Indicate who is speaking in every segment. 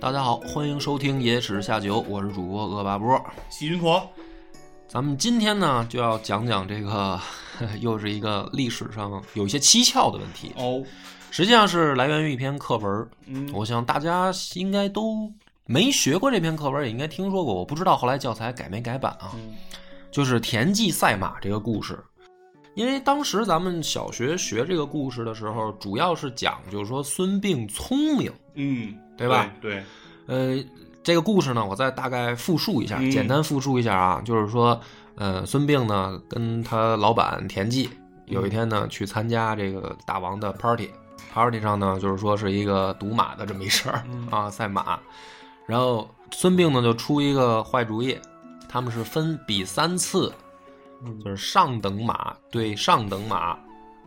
Speaker 1: 大家好，欢迎收听《野史下酒》，我是主播恶霸波。
Speaker 2: 细菌佛，
Speaker 1: 咱们今天呢，就要讲讲这个， 又是一个历史上有一些蹊跷的问题。
Speaker 2: 哦，
Speaker 1: 实际上是来源于一篇课文儿，
Speaker 2: 嗯，
Speaker 1: 我想大家应该都没学过这篇课文，也应该听说过。我不知道后来教材改没改版啊。
Speaker 2: 嗯
Speaker 1: 就是田忌赛马这个故事。因为当时咱们小学学这个故事的时候，主要是讲就是说孙膑聪明，
Speaker 2: 嗯，
Speaker 1: 对吧？
Speaker 2: 对，
Speaker 1: 呃，这个故事呢，我再大概复述一下，
Speaker 2: 嗯
Speaker 1: 简单复述一下啊，就是说，呃，孙膑呢跟他老板田忌
Speaker 2: 嗯
Speaker 1: 有一天呢去参加这个大王的 party，party 上呢就是说是一个赌马的这么一事儿、
Speaker 2: 嗯
Speaker 1: 啊，赛马，然后孙膑呢就出一个坏主意，他们是分比三次，
Speaker 2: 嗯
Speaker 1: 就是上等马对上等马，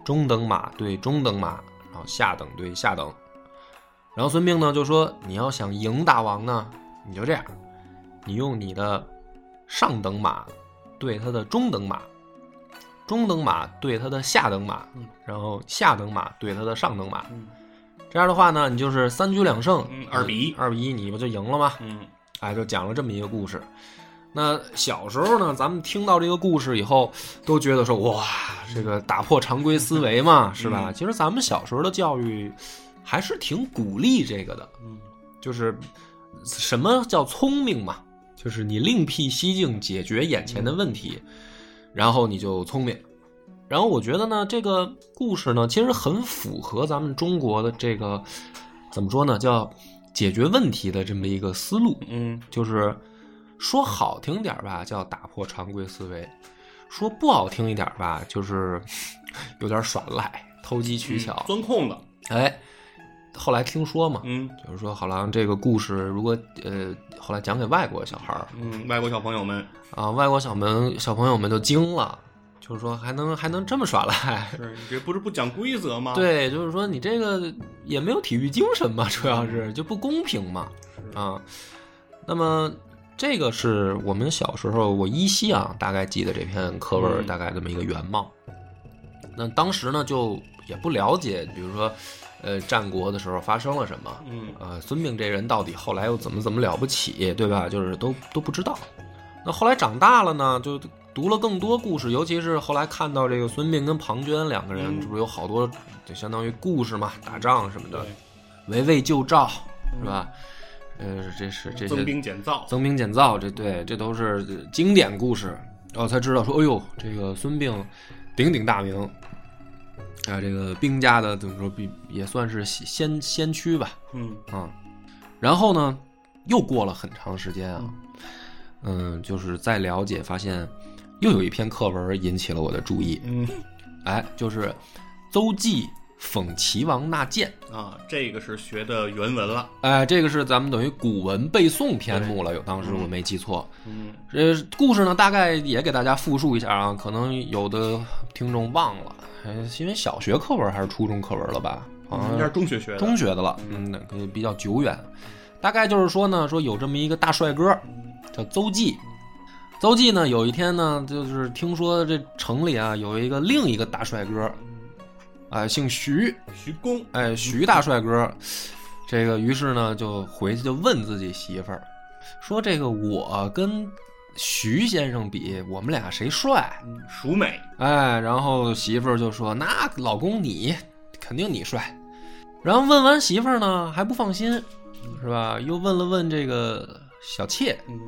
Speaker 1: 中等马对中等马，然后啊下等对下等。然后孙膑呢就说：“你要想赢大王呢，你就这样，你用你的上等马对他的中等马，中等马对他的下等马
Speaker 2: 嗯，
Speaker 1: 然后下等马对他的上等马。
Speaker 2: 嗯
Speaker 1: 这样的话呢，你就是三局两胜，
Speaker 2: 嗯二比一
Speaker 1: 二比一你不就赢了吗？
Speaker 2: 嗯
Speaker 1: 哎，就讲了这么一个故事。那小时候呢，咱们听到这个故事以后，都觉得说哇，这个打破常规思维嘛，是吧？
Speaker 2: 嗯
Speaker 1: 其实咱们小时候的教育还是挺鼓励这个的，
Speaker 2: 嗯
Speaker 1: 就是什么叫聪明嘛，就是你另辟蹊径解决眼前
Speaker 2: 嗯
Speaker 1: 的问题，然后你就聪明。然后我觉得呢，这个故事呢，其实很符合咱们中国的这个怎么说呢，叫解决问题的这么一个思路。
Speaker 2: 嗯
Speaker 1: 就是说好听点儿吧，叫打破常规思维；说不好听一点儿吧，就是有点耍赖、投机取巧。
Speaker 2: 嗯钻空子，
Speaker 1: 哎，后来听说嘛，
Speaker 2: 嗯
Speaker 1: 就是说好像这个故事如果呃后来讲给外国小孩儿
Speaker 2: 嗯，外国小朋友们
Speaker 1: 啊，外国小们小朋友们就惊了，就是说还能还能这么耍赖。
Speaker 2: 是你这不是不讲规则吗？，
Speaker 1: 对，就是说你这个也没有体育精神嘛， 主要是就不公平嘛，啊。那么这个是我们小时候，我依稀啊大概记得这篇课文儿
Speaker 2: 嗯
Speaker 1: 大概这么一个原貌。那当时呢就也不了解，比如说，呃，战国的时候发生了什么，
Speaker 2: 嗯
Speaker 1: 呃，孙膑这人到底后来又怎么怎么了不起，对吧？就是都都不知道。那后来长大了呢，就读了更多故事，尤其是后来看到这个孙膑跟庞涓两个人，
Speaker 2: 嗯
Speaker 1: 这不是有好多就相当于故事嘛，打仗什么的
Speaker 2: 对，嗯
Speaker 1: 围魏救赵是吧？呃，这是这
Speaker 2: 增
Speaker 1: 些
Speaker 2: 兵减灶，
Speaker 1: 增兵减灶，这对这都是经典故事。然后才知道说，哎呦，这个孙膑鼎鼎大名啊，这个兵家的怎么说，比也算是先先驱吧。
Speaker 2: 嗯
Speaker 1: 啊、然后呢，又过了很长时间啊，嗯，就是在了解发现，又有一篇课文引起了我的注意，
Speaker 2: 嗯
Speaker 1: 哎，就是邹忌讽齐王纳谏，
Speaker 2: 啊，这个是学的原文了，
Speaker 1: 哎，这个是咱们等于古文背诵篇目了，有当时我没记错。
Speaker 2: 嗯
Speaker 1: 呃，故事呢，大概也给大家复述一下啊，可能有的听众忘了，哎因为小学课文还是初中课文了吧？好像
Speaker 2: 应该是中学学的，
Speaker 1: 中学的了，嗯，那个比较久远。大概就是说呢，说有这么一个大帅哥，叫邹忌。邹忌呢，有一天呢，就是听说这城里啊有一个另一个大帅哥，哎，姓徐，
Speaker 2: 徐公，
Speaker 1: 哎，徐大帅哥。这个于是呢，就回去就问自己媳妇儿，说这个我跟徐先生比，我们俩谁帅？
Speaker 2: 蜀美，
Speaker 1: 哎，然后媳妇儿就说：“那老公你肯定你帅。”然后问完媳妇儿呢，还不放心，是吧？又问了问这个小妾
Speaker 2: 嗯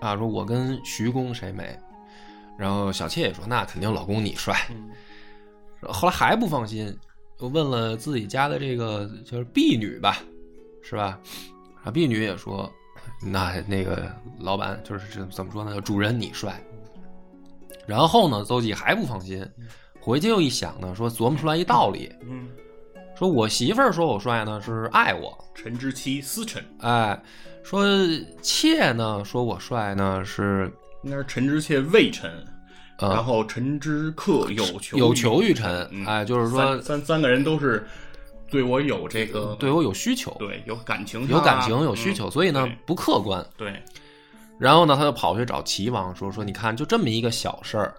Speaker 1: 啊，说我跟徐公谁美？然后小妾也说：“那肯定老公你帅。
Speaker 2: 嗯”
Speaker 1: 后来还不放心，又问了自己家的这个就是婢女吧，是吧？啊，婢女也说：“那那个老板就是这怎么说呢？主人你帅。”然后呢，邹忌还不放心，回去又一想呢，说琢磨出来一道理，
Speaker 2: 嗯
Speaker 1: 说我媳妇儿说我帅呢是爱我，
Speaker 2: 臣之妻思臣，
Speaker 1: 哎，说妾呢说我帅呢是
Speaker 2: 应该是臣之妾畏臣，
Speaker 1: 呃
Speaker 2: 然后臣之客有求
Speaker 1: 有
Speaker 2: 于
Speaker 1: 求于臣，
Speaker 2: 嗯
Speaker 1: 哎，就是说
Speaker 2: 三三三个人都是对我有这个
Speaker 1: 对我有需求，
Speaker 2: 对有感情上啊、
Speaker 1: 有感情有需求，
Speaker 2: 嗯
Speaker 1: 所以呢不客观。
Speaker 2: 对对
Speaker 1: 然后呢，他就跑去找齐王说：“说你看，就这么一个小事儿，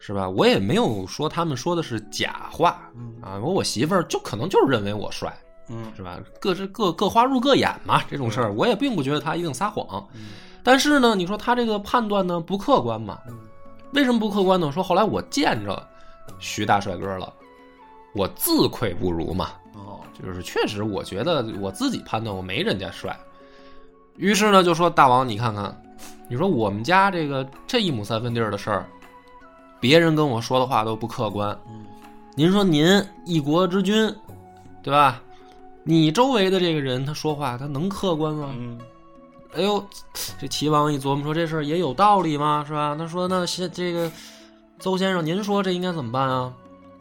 Speaker 1: 是吧？我也没有说他们说的是假话
Speaker 2: 嗯
Speaker 1: 啊。我我媳妇儿就可能就是认为我帅，
Speaker 2: 嗯
Speaker 1: 是吧？各是各各花入各眼嘛，这种事儿我也并不觉得他一定撒谎。
Speaker 2: 嗯
Speaker 1: 但是呢，你说他这个判断呢不客观嘛？
Speaker 2: 嗯
Speaker 1: 为什么不客观呢？说后来我见着徐大帅哥了，我自愧不如嘛。
Speaker 2: 哦
Speaker 1: 就是确实，我觉得我自己判断我没人家帅。于是呢，就说大王，你看看，你说我们家这个这一亩三分地儿的事儿，别人跟我说的话都不客观。您说您一国之君，对吧？你周围的这个人，他说话他能客观吗？
Speaker 2: 嗯
Speaker 1: 哎呦，这齐王一琢磨说这事儿也有道理嘛，是吧？那说那先这个邹先生，您说这应该怎么办啊？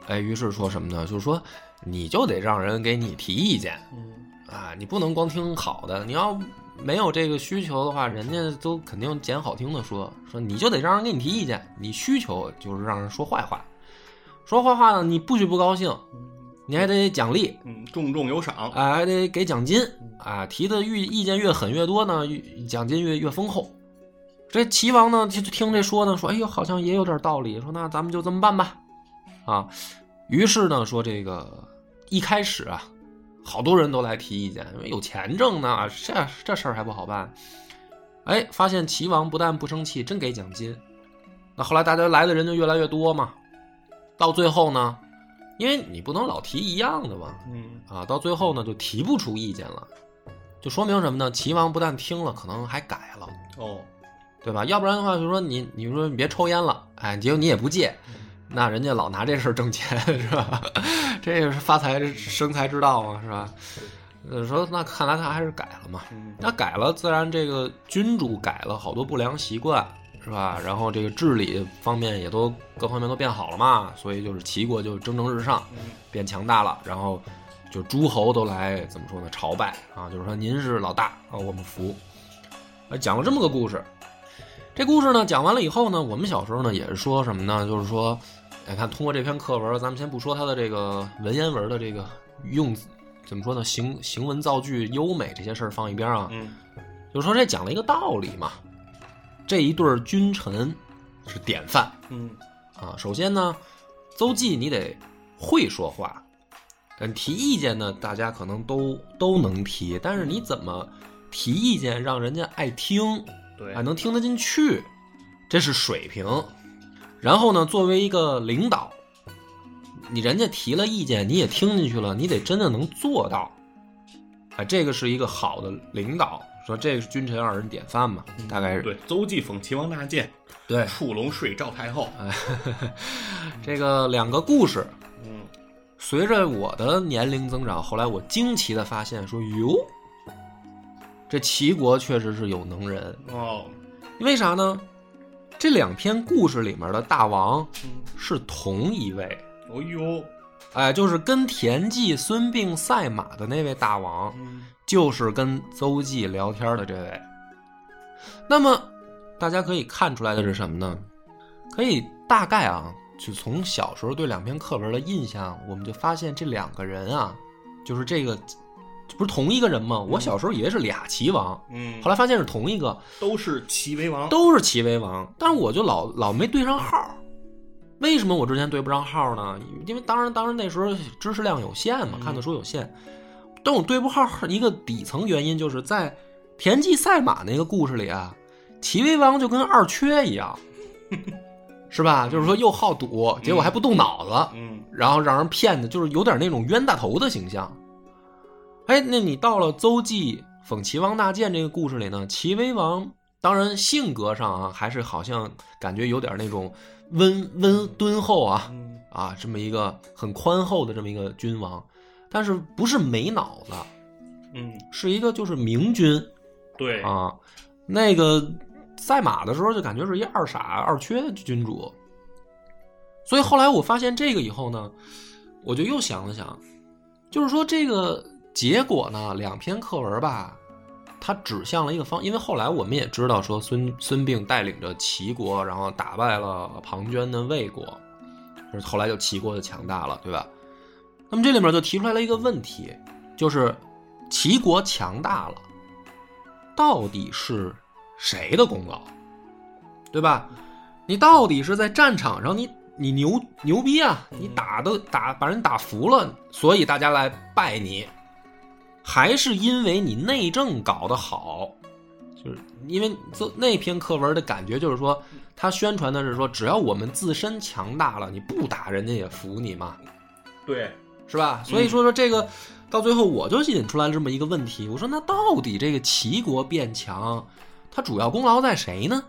Speaker 1: 哎，于是说什么呢？就是说你就得让人给你提意见
Speaker 2: 嗯
Speaker 1: 啊，你不能光听好的，你要没有这个需求的话，人家都肯定捡好听的说，说你就得让人给你提意见，你需求就是让人说坏话，说坏话呢，你不许不高兴，你还得奖励，
Speaker 2: 嗯，重重有赏，
Speaker 1: 啊，还得给奖金啊，提的意意见越狠越多呢，越奖金越越丰厚。这齐王呢，就就听这说呢，说哎呦，好像也有点道理，说那咱们就这么办吧，啊，于是呢，说这个一开始啊，好多人都来提意见，因为有钱挣呢，啊这这事儿还不好办。哎，发现齐王不但不生气，真给奖金。那后来大家来的人就越来越多嘛，到最后呢，因为你不能老提一样的嘛，
Speaker 2: 嗯
Speaker 1: 啊，到最后呢就提不出意见了，就说明什么呢？齐王不但听了，可能还改了，
Speaker 2: 哦
Speaker 1: 对吧？要不然的话，就说你你说你别抽烟了，哎，结果你也不戒，那人家老拿这事儿挣钱是吧？ 这也是发财生财之道嘛，是吧？呃，说那看来他还是改了嘛。
Speaker 2: 嗯
Speaker 1: 那改了，自然这个君主改了好多不良习惯，是吧？然后这个治理方面也都各方面都变好了嘛，所以就是齐国就蒸蒸日上，变强大了。然后就诸侯都来怎么说呢？朝拜啊，就是说您是老大啊，我们服。呃，讲了这么个故事，这故事呢讲完了以后呢，我们小时候呢也是说什么呢？就是说，哎，看通过这篇课文，咱们先不说它的这个文言文的这个用字，怎么说呢？行行文造句优美这些事儿放一边啊，
Speaker 2: 嗯
Speaker 1: 就说这讲了一个道理嘛。这一对儿君臣是典范
Speaker 2: 嗯
Speaker 1: 啊。首先呢，邹忌你得会说话，嗯，提意见呢，大家可能都都能提，但是你怎么提意见让人家爱听？
Speaker 2: 对
Speaker 1: 啊，能听得进去，这是水平。然后呢，作为一个领导，你人家提了意见，你也听进去了，你得真的能做到。啊，这个是一个好的领导，说这个是君臣二人典范嘛，大概是
Speaker 2: 嗯对，邹忌讽齐王大建，
Speaker 1: 对。
Speaker 2: 触龙睡赵太后，
Speaker 1: 哎这个两个故事，
Speaker 2: 嗯
Speaker 1: 随着我的年龄增长，后来我惊奇的发现说，哟，这齐国确实是有能人，
Speaker 2: 哦
Speaker 1: 为啥呢？这两篇故事里面的大王
Speaker 2: 嗯
Speaker 1: 是同一位，
Speaker 2: 哦呦
Speaker 1: 哎，就是跟田忌、孙膑、赛马的那位大王，
Speaker 2: 嗯
Speaker 1: 就是跟邹忌聊天的这位。那么，大家可以看出来的是什么呢？可以大概啊，就从小时候对两篇课文的印象，我们就发现这两个人啊，就是这个，这不是同一个人吗？我小时候以为是俩齐王，
Speaker 2: 嗯，
Speaker 1: 后来发现是同一个。
Speaker 2: 都是齐为王，
Speaker 1: 都是齐威王，但是我就老老没对上号儿。为什么我之前对不上号儿呢？因为当然当然那时候知识量有限嘛，
Speaker 2: 嗯
Speaker 1: 看的书有限。但我对不上号儿一个底层原因就是在田忌赛马那个故事里啊，齐威王就跟二缺一 样，是吧？就是说又好赌，结果还不动脑子。
Speaker 2: 嗯
Speaker 1: 然后让人骗的，就是有点那种冤大头的形象。哎，那你到了邹忌讽齐王纳谏这个故事里呢，齐威王当然性格上啊，还是好像感觉有点那种温温敦厚啊
Speaker 2: 嗯
Speaker 1: 啊，这么一个很宽厚的这么一个君王，但是不是没脑子，
Speaker 2: 嗯
Speaker 1: 是一个就是明君
Speaker 2: 对
Speaker 1: 啊。那个赛马的时候就感觉是一二傻二缺君主，所以后来我发现这个以后呢，我就又想了想，就是说这个结果呢，两篇课文吧，它指向了一个方，因为后来我们也知道说孙孙膑带领着齐国，然后打败了庞涓的魏国，就是后来就齐国就强大了，对吧？那么这里面就提出来了一个问题，就是齐国强大了，到底是谁的功劳，对吧？你到底是在战场上你你牛牛逼啊，你打都打把人打服了，所以大家来拜你，还是因为你内政搞得好？就是因为这那篇课文的感觉就是说，他宣传的是说，只要我们自身强大了，你不打人家也服你嘛。
Speaker 2: 对，
Speaker 1: 是吧？所
Speaker 2: 嗯
Speaker 1: 以说说这个，到最后我就引出来这么一个问题，我说那到底这个齐国变强，它主要功劳在谁呢？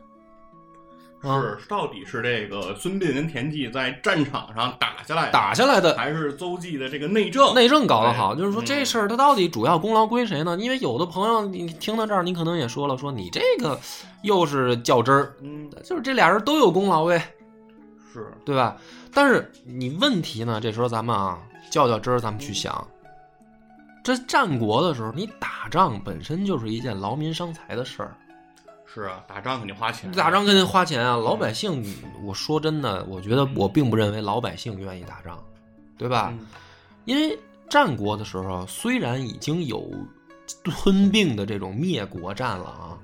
Speaker 1: 啊，
Speaker 2: 是到底是这个孙膑跟田忌在战场上打下来的，
Speaker 1: 打下来的
Speaker 2: 还是邹忌的这个内政？
Speaker 1: 内政搞得好，
Speaker 2: 对
Speaker 1: 就是说这
Speaker 2: 嗯
Speaker 1: 事儿它到底主要功劳归谁呢？因为有的朋友你听到这儿，你可能也说了，说你这个又是较真儿，
Speaker 2: 嗯，
Speaker 1: 就是这俩人都有功劳呗，
Speaker 2: 是
Speaker 1: 对吧？但是你问题呢，这时候咱们啊较较真儿，咱们去想，这战国的时候，你打仗本身就是一件劳民伤财的事儿，
Speaker 2: 是啊，打仗肯定花钱，
Speaker 1: 打仗肯定花钱啊。老百姓，我说真的，我觉得我并不认为老百姓愿意打仗，对吧？
Speaker 2: 嗯
Speaker 1: 因为战国的时候，虽然已经有吞并的这种灭国战了啊，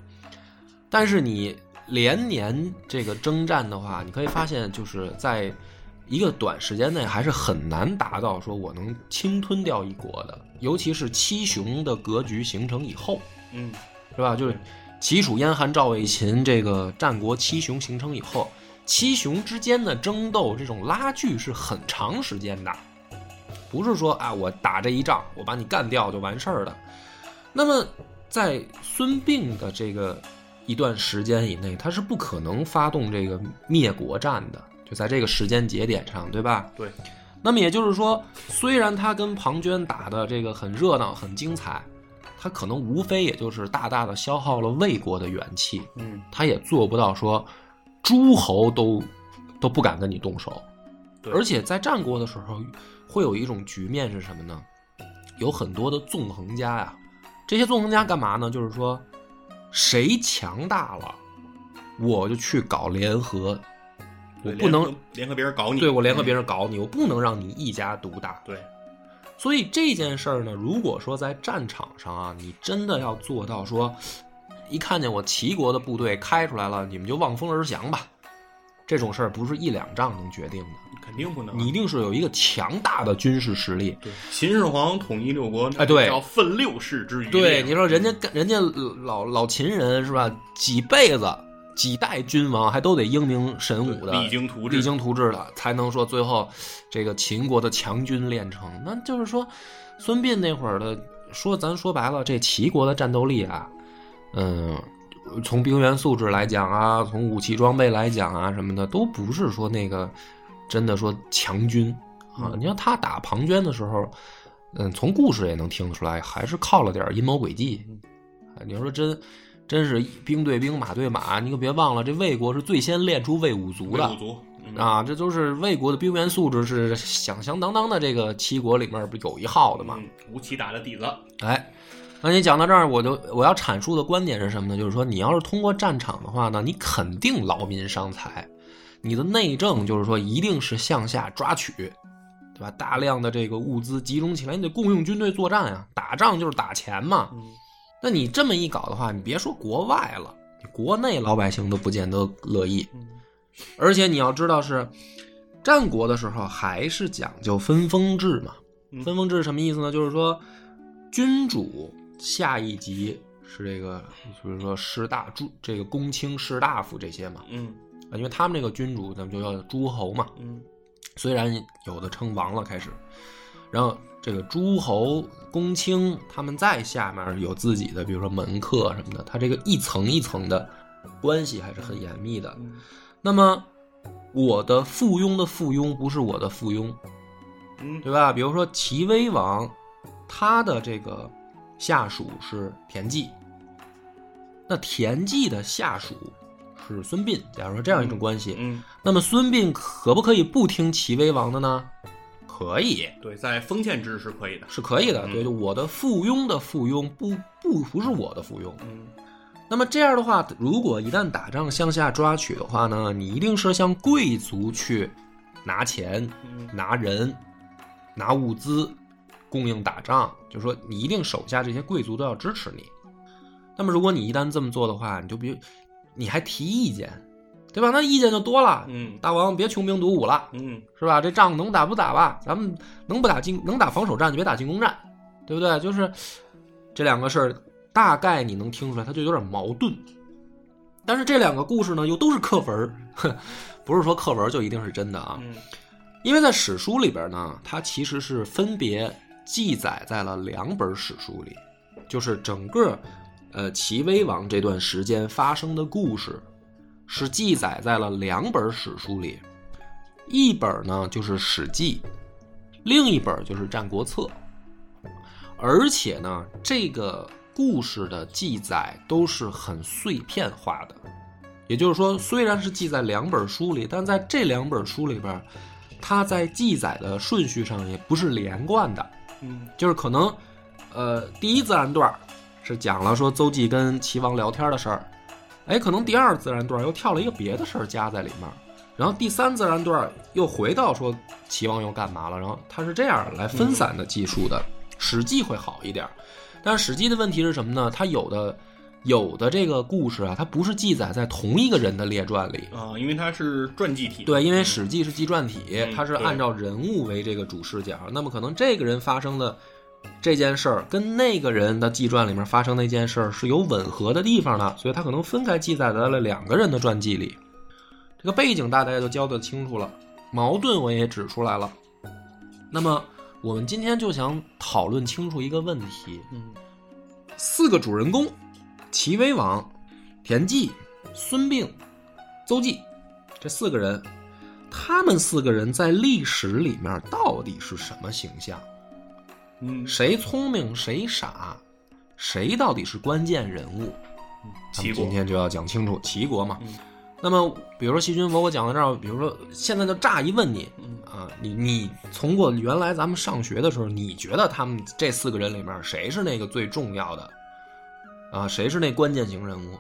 Speaker 1: 但是你连年这个征战的话，你可以发现，就是在一个短时间内还是很难达到说我能侵吞掉一国的，尤其是七雄的格局形成以后，
Speaker 2: 嗯，
Speaker 1: 是吧？就是齐楚燕韩赵魏秦这个战国七雄形成以后，七雄之间的争斗这种拉锯是很长时间的，不是说啊我打这一仗我把你干掉就完事儿的。那么在孙膑的这个一段时间以内，他是不可能发动这个灭国战的，就在这个时间节点上，对吧？
Speaker 2: 对。
Speaker 1: 那么也就是说，虽然他跟庞涓打的这个很热闹、很精彩，他可能无非也就是大大的消耗了魏国的元气，
Speaker 2: 嗯，
Speaker 1: 他也做不到说诸侯都都不敢跟你动手。
Speaker 2: 对
Speaker 1: 而且在战国的时候，会有一种局面是什么呢？有很多的纵横家呀、这些纵横家干嘛呢？就是说，谁强大了，我就去搞联合，我
Speaker 2: 对
Speaker 1: 不能
Speaker 2: 联合联合别人搞你，嗯
Speaker 1: 对我联合别人搞你，我不能让你一家独大。
Speaker 2: 对，
Speaker 1: 所以这件事儿呢，如果说在战场上啊，你真的要做到说，一看见我齐国的部队开出来了，你们就望风而降吧，这种事儿不是一两仗能决定的，
Speaker 2: 肯定不能。啊
Speaker 1: 你一定是有一个强大的军事实力。
Speaker 2: 对秦始皇统一六国，
Speaker 1: 哎对
Speaker 2: 叫奋六世之余嗯烈。
Speaker 1: 对，你说人家人家老老秦人是吧？几辈子几代君王还都得英明神武的，
Speaker 2: 励精图治，
Speaker 1: 励精图治了，才能说最后这个秦国的强军练成。那就是说，孙膑那会儿的，说咱说白了，这齐国的战斗力啊，嗯，从兵员素质来讲啊，从武器装备来讲啊什么的，都不是说那个真的说强军啊。
Speaker 2: 嗯
Speaker 1: 你像他打庞涓的时候，嗯，从故事也能听得出来，还是靠了点阴谋诡计。啊你要说真。真是兵对兵，马对马，你可别忘了，这魏国是最先练出魏武卒的。
Speaker 2: 不足。嗯
Speaker 1: 啊，这都是魏国的兵员素质是响响当当的，这个七国里面不有一号的嘛？
Speaker 2: 嗯，吴起打的底子，
Speaker 1: 哎，那你讲到这儿，我就我要阐述的观点是什么呢？就是说，你要是通过战场的话呢，你肯定劳民伤财，你的内政就是说一定是向下抓取，对吧？大量的这个物资集中起来，你得供应军队作战啊，打仗就是打钱嘛。
Speaker 2: 嗯，
Speaker 1: 那你这么一搞的话，你别说国外了，你国内老百姓都不见得乐意。而且你要知道是，战国的时候还是讲究分封制嘛。
Speaker 2: 嗯
Speaker 1: 分封制是什么意思呢？就是说，君主下一级是这个，比如说士大诸这个公卿、士大夫这些嘛，
Speaker 2: 嗯
Speaker 1: 啊因为他们这个君主咱们就叫诸侯嘛。
Speaker 2: 嗯
Speaker 1: 虽然有的称王了开始，然后这个诸侯、公卿他们在下面有自己的，比如说门客什么的，他这个一层一层的关系还是很严密的。
Speaker 2: 嗯，
Speaker 1: 那么我的附庸的附庸不是我的附庸，
Speaker 2: 嗯，
Speaker 1: 对吧？比如说齐威王，他的这个下属是田忌，那田忌的下属是孙膑。假如说这样一种关系，
Speaker 2: 嗯，
Speaker 1: 那么孙膑可不可以不听齐威王的呢？可以，
Speaker 2: 对，在封建制是可以的。
Speaker 1: 是可以的。
Speaker 2: 嗯
Speaker 1: 对，就我的附庸的附庸，不不不是我的附庸。
Speaker 2: 嗯，
Speaker 1: 那么这样的话，如果一旦打仗向下抓取的话呢，你一定是向贵族去拿钱、
Speaker 2: 嗯
Speaker 1: 拿人、拿物资供应打仗，就是说你一定手下这些贵族都要支持你。那么如果你一旦这么做的话，你就比你还提意见，对吧？那意见就多了。
Speaker 2: 嗯
Speaker 1: 大王别穷兵黩武了，
Speaker 2: 嗯
Speaker 1: 是吧？这仗能打不打吧？咱们能不打进能打防守战就别打进攻战，对不对？就是这两个事儿，大概你能听出来，它就有点矛盾。但是这两个故事呢，又都是课文儿， 哼不是说课文就一定是真的啊。
Speaker 2: 嗯
Speaker 1: 因为在史书里边呢，它其实是分别记载在了两本史书里，就是整个呃齐威王这段时间发生的故事，是记载在了两本史书里，一本呢就是《史记》，另一本就是《战国策》，而且呢，这个故事的记载都是很碎片化的。也就是说，虽然是记在两本书里，但在这两本书里边，它在记载的顺序上也不是连贯的，
Speaker 2: 嗯
Speaker 1: 就是可能，呃，第一自然段儿是讲了说邹忌跟齐王聊天的事儿，哎，可能第二自然段儿又跳了一个别的事儿加在里面儿，然后第三自然段儿又回到说齐王又干嘛了，然后它是这样来分散的记述的，史记》会好一点儿，但是《史记》的问题是什么呢？它有的有的这个故事啊，它不是记载在同一个人的列传里，
Speaker 2: 啊，因为它是传记体。
Speaker 1: 对，因为《史记》是纪传体，
Speaker 2: 嗯
Speaker 1: 它是
Speaker 2: 对
Speaker 1: 按照人物为这个主视角。那么可能这个人发生的这件事儿，跟那个人的纪传里面发生那件事儿是有吻合的地方的，所以他可能分开记载在了两个人的传记里。这个背景大家就交代清楚了，矛盾我也指出来了。那么我们今天就想讨论清楚一个问题：
Speaker 2: 嗯
Speaker 1: 四个主人公，齐威王、田忌、孙膑、邹忌，这四个人，他们四个人在历史里面到底是什么形象？
Speaker 2: 嗯，
Speaker 1: 谁聪明，谁傻，谁到底是关键人物？咱
Speaker 2: 齐
Speaker 1: 们
Speaker 2: 国
Speaker 1: 今天就要讲清楚齐国嘛。
Speaker 2: 嗯
Speaker 1: 那么，比如说细菌佛，我讲到这儿，比如说现在就乍一问你
Speaker 2: 嗯
Speaker 1: 啊，你你从过原来咱们上学的时候，你觉得他们这四个人里面谁是那个最重要的？啊，谁是那关键型人物？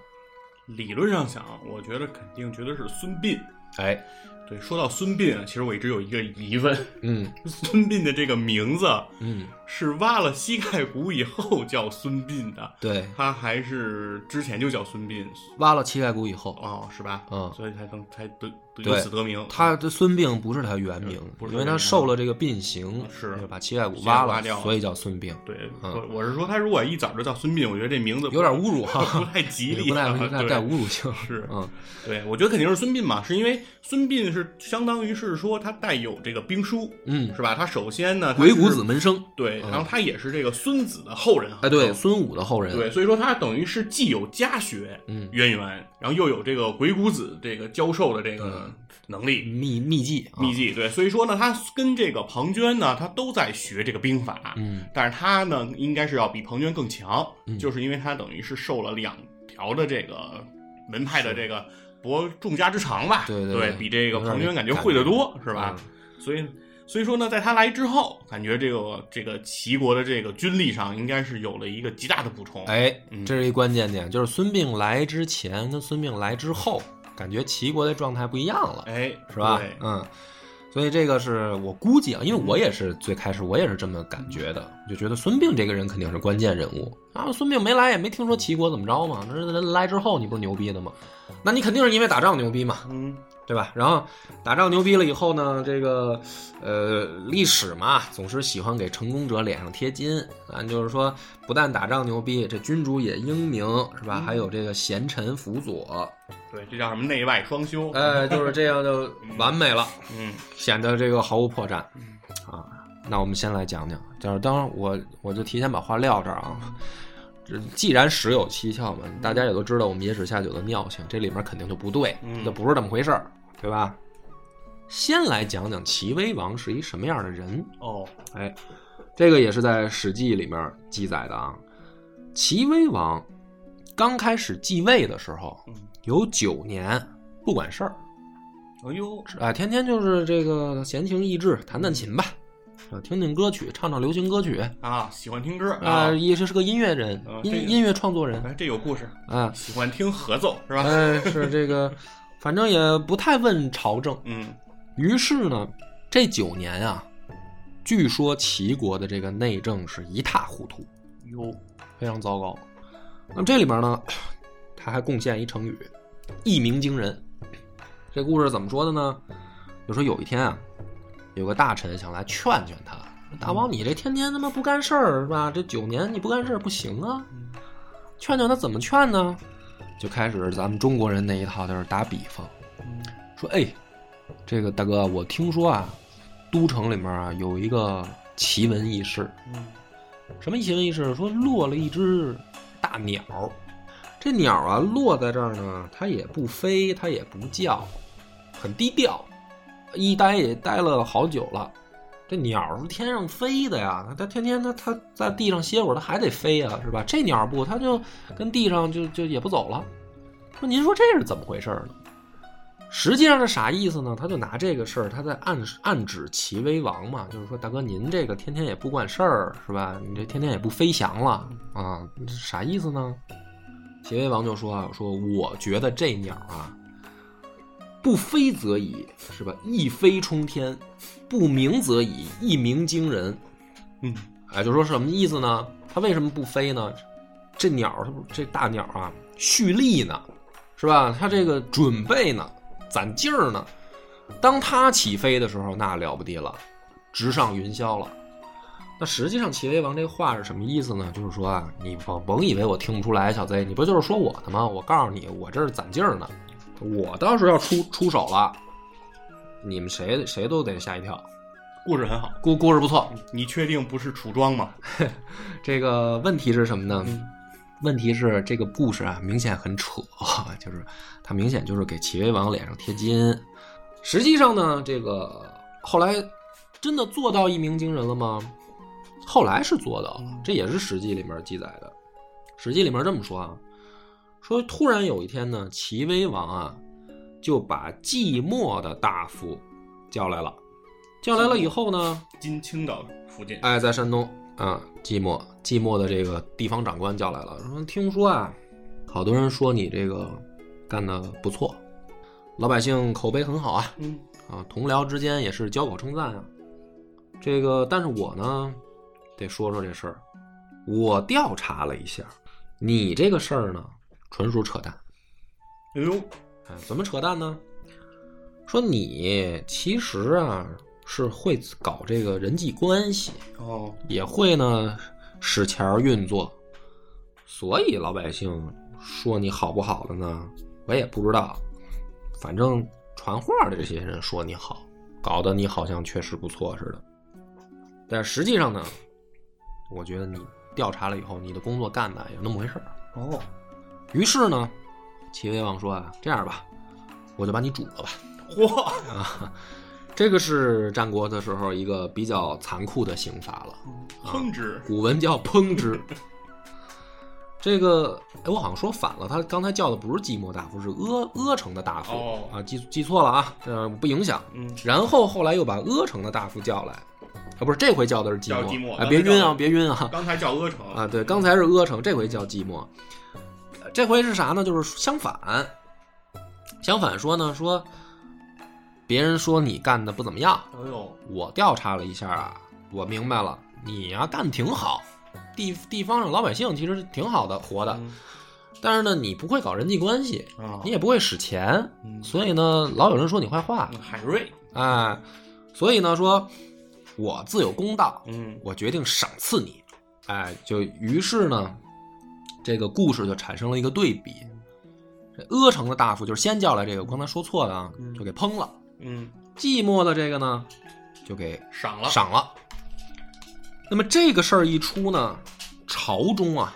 Speaker 2: 理论上想，我觉得肯定绝对是孙膑。
Speaker 1: 哎，
Speaker 2: 对，说到孙膑啊，其实我一直有一个疑问，
Speaker 1: 嗯
Speaker 2: 孙膑的这个名字
Speaker 1: 嗯，
Speaker 2: 是挖了膝盖骨以后叫孙膑的，
Speaker 1: 对，
Speaker 2: 他还是之前就叫孙膑
Speaker 1: 挖了膝盖骨以后，
Speaker 2: 哦，是吧？
Speaker 1: 嗯
Speaker 2: 所以才能才得得
Speaker 1: 对
Speaker 2: 由此得名。
Speaker 1: 他的孙膑不是他原名
Speaker 2: 嗯，不是
Speaker 1: 因为
Speaker 2: 原名
Speaker 1: 他
Speaker 2: 啊
Speaker 1: 受了这个膑刑，
Speaker 2: 是
Speaker 1: 就把膝盖骨挖
Speaker 2: 挖
Speaker 1: 了，
Speaker 2: 掉了
Speaker 1: 所以叫孙膑，
Speaker 2: 对，
Speaker 1: 嗯
Speaker 2: 我我是说，他如果一早就叫孙膑，我觉得这名字
Speaker 1: 有点侮辱哈，
Speaker 2: 不太吉利
Speaker 1: 不带
Speaker 2: 啊，
Speaker 1: 不带
Speaker 2: 对
Speaker 1: 带侮辱性，
Speaker 2: 是，
Speaker 1: 嗯，
Speaker 2: 对，我觉得肯定是孙膑嘛，是因为孙膑是相当于是说他带有这个兵书，
Speaker 1: 嗯，
Speaker 2: 是吧？他首先呢，他
Speaker 1: 鬼谷
Speaker 2: 是
Speaker 1: 子门生，
Speaker 2: 对，
Speaker 1: 嗯
Speaker 2: 然后他也是这个孙子的后人啊，
Speaker 1: 哎，对，孙武的后人，
Speaker 2: 对，所以说他等于是既有家学
Speaker 1: 嗯
Speaker 2: 渊源，然后又有这个鬼谷子这个教授的这个能力。
Speaker 1: 秘秘籍，嗯啊
Speaker 2: 秘，籍对，所以说呢，他跟这个庞涓呢，他都在学这个兵法，
Speaker 1: 嗯
Speaker 2: 但是他呢，应该是要比庞涓更强，
Speaker 1: 嗯
Speaker 2: 就是因为他等于是受了两条的这个门派的这个博众家之长吧，
Speaker 1: 对
Speaker 2: 对
Speaker 1: 对对
Speaker 2: 比这个
Speaker 1: 有点
Speaker 2: 庞涓感觉
Speaker 1: 感
Speaker 2: 会得
Speaker 1: 觉
Speaker 2: 多，是吧？
Speaker 1: 嗯
Speaker 2: 所以所以说呢，在他来之后，感觉这个这个齐国的这个军力上应该是有了一个极大的补充，，
Speaker 1: 哎
Speaker 2: 嗯，
Speaker 1: 这是一关键点，就是孙膑来之前跟孙膑来之后，感觉齐国的状态不一样了，
Speaker 2: 哎，
Speaker 1: 是吧
Speaker 2: 对？
Speaker 1: 嗯，所以这个是我估计啊，因为我也是最开始我也是这么感觉的，就觉得孙膑这个人肯定是关键人物。然后孙膑没来，也没听说齐国怎么着嘛，那人来之后你不是牛逼的吗？那你肯定是因为打仗牛逼嘛，
Speaker 2: 嗯
Speaker 1: 对吧？然后打仗牛逼了以后呢，这个呃历史嘛，总是喜欢给成功者脸上贴金。咱就是说，不但打仗牛逼，这君主也英明，是
Speaker 2: 嗯
Speaker 1: 吧？还有这个贤臣辅
Speaker 2: 哦
Speaker 1: 佐，
Speaker 2: 对，这叫什么内外双修，
Speaker 1: 哎，就是这样就完美了。
Speaker 2: 嗯
Speaker 1: 显得这个毫无破绽啊。那我们先来讲讲，就是当然我我就提前把话撂这儿啊。这既然时有蹊跷嘛，大家也都知道我们野史下酒的尿性，这里面肯定就不对
Speaker 2: 嗯，
Speaker 1: 就不是这么回事儿，对吧？先来讲讲齐威王是一什么样的人，
Speaker 2: 哦，
Speaker 1: 哎，这个也是在《史记》里面记载的啊。齐威王刚开始继位的时候
Speaker 2: 嗯，
Speaker 1: 有九年不管事儿，
Speaker 2: 哎呦，
Speaker 1: 啊，天天就是这个闲情逸致，弹弹琴吧，啊听听歌曲，唱唱流行歌曲
Speaker 2: 啊，喜欢听歌
Speaker 1: 啊，也是是个音乐人
Speaker 2: 啊，这个
Speaker 1: 音音乐创作人
Speaker 2: 哎，这有故事，
Speaker 1: 啊，
Speaker 2: 喜欢听合奏是吧？
Speaker 1: 呃哎，是这个，反正也不太问朝政。
Speaker 2: 嗯
Speaker 1: 于是呢，这九年啊，据说齐国的这个内政是一塌糊涂，哟，非常糟糕。那么这里边呢，他还贡献一成语“一鸣惊人”。这故事怎么说的呢？就说有一天啊，有个大臣想来劝劝他：“大王，你这天天他妈不干事儿是吧？这九年你不干事儿不行啊！劝劝他怎么劝呢？就开始咱们中国人那一套，就是打比方，说：哎，这个大哥，我听说啊，都城里面啊有一个奇闻异事，
Speaker 2: 嗯
Speaker 1: 什么奇闻异事？说落了一只大鸟，这鸟啊落在这儿呢，它也不飞，它也不叫，很低调，一待也待了好久了。这鸟是天上飞的呀，它天天它它在地上歇会儿，它还得飞呀，是吧？这鸟不，它就跟地上就就也不走了。说您说这是怎么回事儿呢？实际上是啥意思呢？他就拿这个事儿，他在暗暗指齐威王嘛，就是说大哥您这个天天也不管事儿是吧？你这天天也不飞翔了啊，这是啥意思呢？齐威王就说啊，说我觉得这鸟啊，不飞则已是吧？一飞冲天，不鸣则已，一鸣惊人。
Speaker 2: 嗯
Speaker 1: 哎，就说什么意思呢？它为什么不飞呢？这鸟儿，它不这大鸟儿啊，蓄力呢，是吧？它这个准备呢，攒劲儿呢。当它起飞的时候，那了不地了，直上云霄了。那实际上，齐威王这话是什么意思呢？就是说啊，你甭甭以为我听不出来，小贼，你不就是说我的吗？我告诉你，我这是攒劲儿呢，我到时候要出出手了，你们谁谁都得吓一跳。
Speaker 2: 故事很好，
Speaker 1: 故故事不错，
Speaker 2: 你确定不是楚庄吗？
Speaker 1: 这个问题是什么呢？问题是这个故事啊，明显很扯， 就是他明显就是给齐威王脸上贴金。实际上呢，这个后来真的做到一鸣惊人了吗？后来是做到了，这也是《史记》里面记载的。《史记》里面这么说啊，说突然有一天呢，齐威王啊就把寂寞的大夫叫来了，叫来了以后呢，
Speaker 2: 金青岛附近，
Speaker 1: 哎，在山东啊，寂寞寂寞的这个地方长官叫来了，说听说啊，好多人说你这个干的不错，老百姓口碑很好啊，
Speaker 2: 嗯
Speaker 1: 啊，同僚之间也是交口称赞啊。这个，但是我呢，得说说这事儿。我调查了一下，你这个事儿呢，纯属扯淡。
Speaker 2: 哎呦，
Speaker 1: 哎，怎么扯淡呢？说你其实啊是会搞这个人际关系，
Speaker 2: 哦，
Speaker 1: 也会呢使钱儿运作，所以老百姓说你好不好的呢，我也不知道。反正传话的这些人说你好，搞得你好像确实不错似的。但实际上呢，我觉得你调查了以后，你的工作干的也就那么回事儿。
Speaker 2: 哦，
Speaker 1: 于是呢，齐威王说啊，这样吧，我就把你煮了吧。啊
Speaker 2: 嚯，
Speaker 1: 这个是战国的时候一个比较残酷的刑罚了。
Speaker 2: 烹制，
Speaker 1: 古文叫烹之。这个，哎，我好像说反了，他刚才叫的不是寂寞大夫，是阿阿城的大夫、
Speaker 2: 哦
Speaker 1: 啊，记记错了啊，呃，不影响。
Speaker 2: 嗯，
Speaker 1: 然后后来又把阿城的大夫叫来，啊，不是这回叫的是寂
Speaker 2: 叫
Speaker 1: 寞，
Speaker 2: 寂寞
Speaker 1: 哎，别晕啊，
Speaker 2: 刚才叫
Speaker 1: 别晕啊，
Speaker 2: 刚才叫阿城，
Speaker 1: 啊，对，刚才是阿城，这回叫寂寞。呃这回是啥呢？就是相反，相反说呢，说别人说你干的不怎么样，
Speaker 2: 哎呦，
Speaker 1: 我调查了一下啊，我明白了，你呀、干得挺好，地地方上老百姓其实挺好的活的，
Speaker 2: 嗯
Speaker 1: 但是呢，你不会搞人际关系，
Speaker 2: 啊
Speaker 1: 啊你，也不会使钱，
Speaker 2: 嗯
Speaker 1: 所以呢，老有人说你坏话，
Speaker 2: 海瑞，
Speaker 1: 哎，所以呢，说我自有公道，
Speaker 2: 嗯
Speaker 1: 我决定赏赐你，哎，就于是呢，这个故事就产生了一个对比，这阿城的大夫就是先叫来这个，我刚才说错的啊，
Speaker 2: 嗯
Speaker 1: 就给烹了，
Speaker 2: 嗯，
Speaker 1: 寂寞的这个呢，就给
Speaker 2: 赏了，
Speaker 1: 赏了。那么这个事儿一出呢，朝中啊，